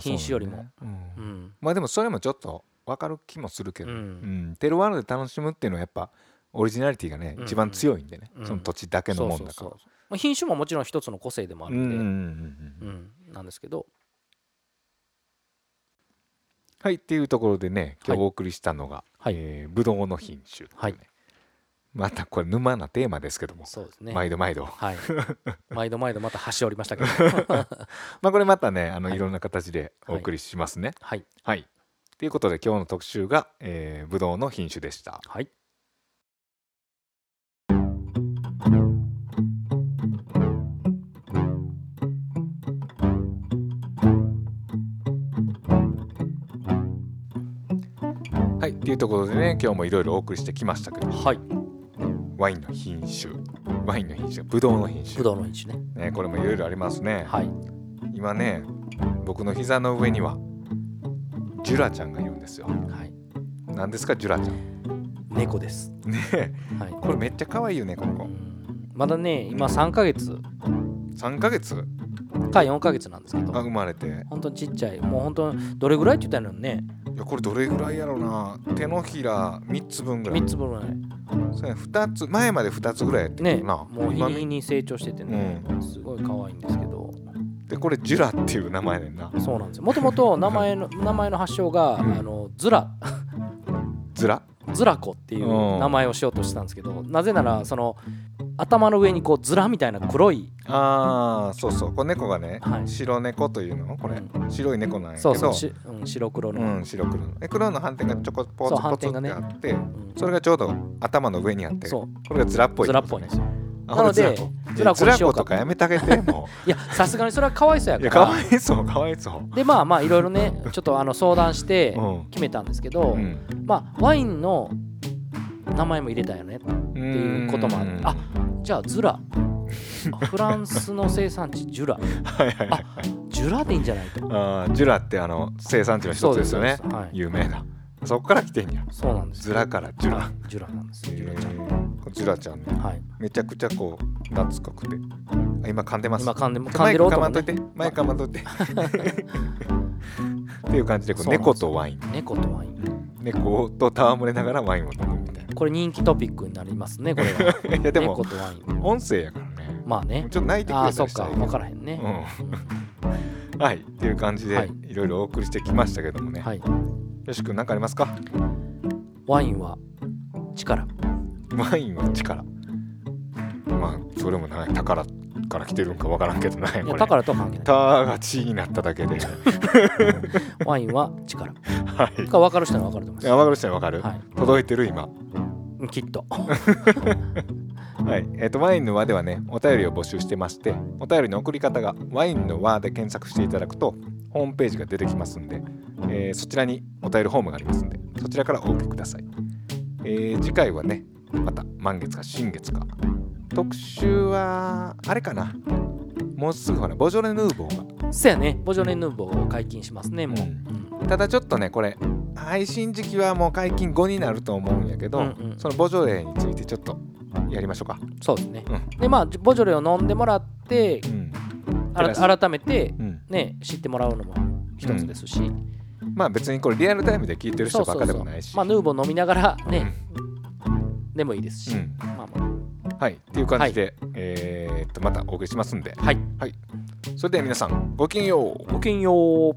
Speaker 3: 品種よりもうん
Speaker 2: まあでもそれもちょっと分かる気もするけど、
Speaker 3: う
Speaker 2: うんんテルワールで楽しむっていうのはやっぱオリジナリティがね、
Speaker 3: うん
Speaker 2: 一番強いんでね、
Speaker 3: うん
Speaker 2: その土地だけのもんだ
Speaker 3: そ
Speaker 2: から
Speaker 3: うそうそうまあ品種ももちろん一つの個性でもあ
Speaker 2: う
Speaker 3: る
Speaker 2: ん
Speaker 3: ん
Speaker 2: うん
Speaker 3: で、
Speaker 2: うんう
Speaker 3: うん
Speaker 2: ん
Speaker 3: なんですけど、
Speaker 2: はいっていうところでね今日
Speaker 3: はい
Speaker 2: お送りしたのが、
Speaker 3: はい
Speaker 2: えーぶどうの品種っていうね、
Speaker 3: はい
Speaker 2: またこれ沼なテーマですけども、
Speaker 3: そうですね。
Speaker 2: 毎度毎度
Speaker 3: はい、毎度毎度また端折りましたけど、
Speaker 2: まあこれまたねあの、
Speaker 3: はい
Speaker 2: い、ろんな形でお送りしますね
Speaker 3: はい、
Speaker 2: はいということで今日の特集が、えー、ぶどうの品種でした
Speaker 3: はい、
Speaker 2: はいっていうところでね今日もいろいろお送りしてきましたけど
Speaker 3: はい、
Speaker 2: ワインの品種ワインの品種ぶどうの品
Speaker 3: ぶ
Speaker 2: 種、
Speaker 3: どうの品種ね。
Speaker 2: ね、これもいろいろありますね、
Speaker 3: はい、
Speaker 2: 今ね僕の膝の上にはジュラちゃんがいるんですよ
Speaker 3: はい、
Speaker 2: 何ですかジュラちゃん
Speaker 3: 猫です。
Speaker 2: ね
Speaker 3: はい。
Speaker 2: これめっちゃ可愛いよねこの子
Speaker 3: うんまだね、今3ヶ月
Speaker 2: 3ヶ月
Speaker 3: か4ヶ月なんですけ
Speaker 2: が
Speaker 3: ど、
Speaker 2: 生まれてい
Speaker 3: 本当にちっちゃい、もう本当にどれぐらいって言ったらいいのね、
Speaker 2: やこれどれぐらいやろうな手のひら3つ分ぐらい
Speaker 3: 3つ分ぐらい。
Speaker 2: そうや2つ前まで2つぐらいやって
Speaker 3: ね、
Speaker 2: る
Speaker 3: も
Speaker 2: な、
Speaker 3: う日
Speaker 2: 今
Speaker 3: に日に成長しててね、すごい可愛いんですけど、
Speaker 2: でこれジュラっていう名前やねんな
Speaker 3: そうなんですよ。もともと名前の名前の発祥が、
Speaker 2: うん
Speaker 3: あのズラ
Speaker 2: ズラ
Speaker 3: ズラコっていう名前をしようとしてたんですけど、なぜならその頭の上にこうズラみたいな黒い
Speaker 2: あーそうそうこれ猫がね、
Speaker 3: はい
Speaker 2: 白猫というのこれ、白い猫なんやけど
Speaker 3: そうそうしうん、白黒の、
Speaker 2: うん、白黒ので黒の斑点がちょこポ
Speaker 3: そう
Speaker 2: ツポ
Speaker 3: 斑
Speaker 2: ツ
Speaker 3: 点が
Speaker 2: っ
Speaker 3: ね
Speaker 2: てあって、
Speaker 3: うん
Speaker 2: それがちょうど頭の上にあって
Speaker 3: そ
Speaker 2: こ
Speaker 3: う
Speaker 2: れがズラっぽい
Speaker 3: ズラっぽいんですよ
Speaker 2: あ
Speaker 3: なので
Speaker 2: これ
Speaker 3: ズ
Speaker 2: ズ
Speaker 3: ラ
Speaker 2: ラ子
Speaker 3: 子
Speaker 2: ズラ
Speaker 3: にしよう
Speaker 2: 子と
Speaker 3: か
Speaker 2: かやめてあげても
Speaker 3: いやさすがにそれはかわいそうや
Speaker 2: うい
Speaker 3: か
Speaker 2: やからわいそうかわいそ
Speaker 3: でまあまあいろいろねちょっとあの相談して
Speaker 2: ううん
Speaker 3: 決めたんですけど、
Speaker 2: うん
Speaker 3: まあワインの名前も入れたよね
Speaker 2: って
Speaker 3: いうこともあるあじゃあズ ラあフランスの生産地ジュラ
Speaker 2: はいはいはい
Speaker 3: ジュラでいいんじゃないと
Speaker 2: あージュラってあの生産地の一つですよね
Speaker 3: そうですそうですはい
Speaker 2: 有名なそこから来てんや
Speaker 3: そうなんです
Speaker 2: ズラからジュラ
Speaker 3: ジュラなんですジュラちゃん
Speaker 2: んジュラちゃんね
Speaker 3: はい
Speaker 2: めちゃくちゃこう懐かくてあ今噛んでます
Speaker 3: 今噛んで噛
Speaker 2: マ
Speaker 3: ん
Speaker 2: イ
Speaker 3: で
Speaker 2: ク
Speaker 3: る
Speaker 2: か
Speaker 3: 音
Speaker 2: ま
Speaker 3: も、
Speaker 2: っといて
Speaker 3: ね、
Speaker 2: マイクかまっといて っていう感じでこう
Speaker 3: そうなんですよ
Speaker 2: 猫とワイン
Speaker 3: 猫とワイン
Speaker 2: 猫と戯れながらワインを飲むみたい
Speaker 3: これ人気トピックになりますねこれは
Speaker 2: ない やでも
Speaker 3: 猫とワイン
Speaker 2: 音声やからね
Speaker 3: まあね
Speaker 2: ちょっと泣いてく
Speaker 3: ああ
Speaker 2: れ
Speaker 3: そ
Speaker 2: た
Speaker 3: っ
Speaker 2: りした
Speaker 3: から分からへんね、
Speaker 2: うん はいっていう感じ
Speaker 3: は
Speaker 2: で
Speaker 3: い
Speaker 2: いろいろお送りしてきましたけどもね、
Speaker 3: はい
Speaker 2: よし君何かありますか
Speaker 3: ワインは力
Speaker 2: ワインは力まあそれもない宝から来てるんかわからんけどない
Speaker 3: い
Speaker 2: こ
Speaker 3: や
Speaker 2: れ
Speaker 3: だからとは関係ない
Speaker 2: たがちになっただけで
Speaker 3: ワインは力
Speaker 2: はい
Speaker 3: か分かる人は分かると思い
Speaker 2: いや
Speaker 3: ま
Speaker 2: わかる人はわかる、
Speaker 3: すはい
Speaker 2: 届いてる今
Speaker 3: うんきっと
Speaker 2: はい、えー、とワインの輪ではねお便りを募集してましてお便りの送り方がワインの輪で検索していただくとホームページが出てきますんで、えーそちらにお便りフォームがありますんでそちらからお送りください、えー次回はねまた満月か新月か特集はあれかなもうすぐほらボジョレ・ヌーボー
Speaker 3: そやねボジョレ・ヌーボーを解禁しますねもう、
Speaker 2: う
Speaker 3: うん
Speaker 2: がただちょっとねこれ配信時期はもう解禁後になると思うんやけど、
Speaker 3: うんうん
Speaker 2: そのボジョレについてちょっとやりましょうか
Speaker 3: そうですね、
Speaker 2: うん
Speaker 3: でまあボジョレを飲んでもらって
Speaker 2: うん
Speaker 3: あ
Speaker 2: テラ
Speaker 3: ら改めて
Speaker 2: うん
Speaker 3: ね知ってもらうのも一つですし、
Speaker 2: まあ別にこれリアルタイムで聞いてる
Speaker 3: そ
Speaker 2: 人
Speaker 3: うそ
Speaker 2: ばっ
Speaker 3: うそ
Speaker 2: か
Speaker 3: う
Speaker 2: でもないし。
Speaker 3: まあヌーボー飲みながらね、でもいいですし、
Speaker 2: うん
Speaker 3: まあま
Speaker 2: はい、っていう感じで、えーっとまたお送りしますんで、
Speaker 3: あはい
Speaker 2: それでは皆さんごきげんよう。
Speaker 3: ごきげんよう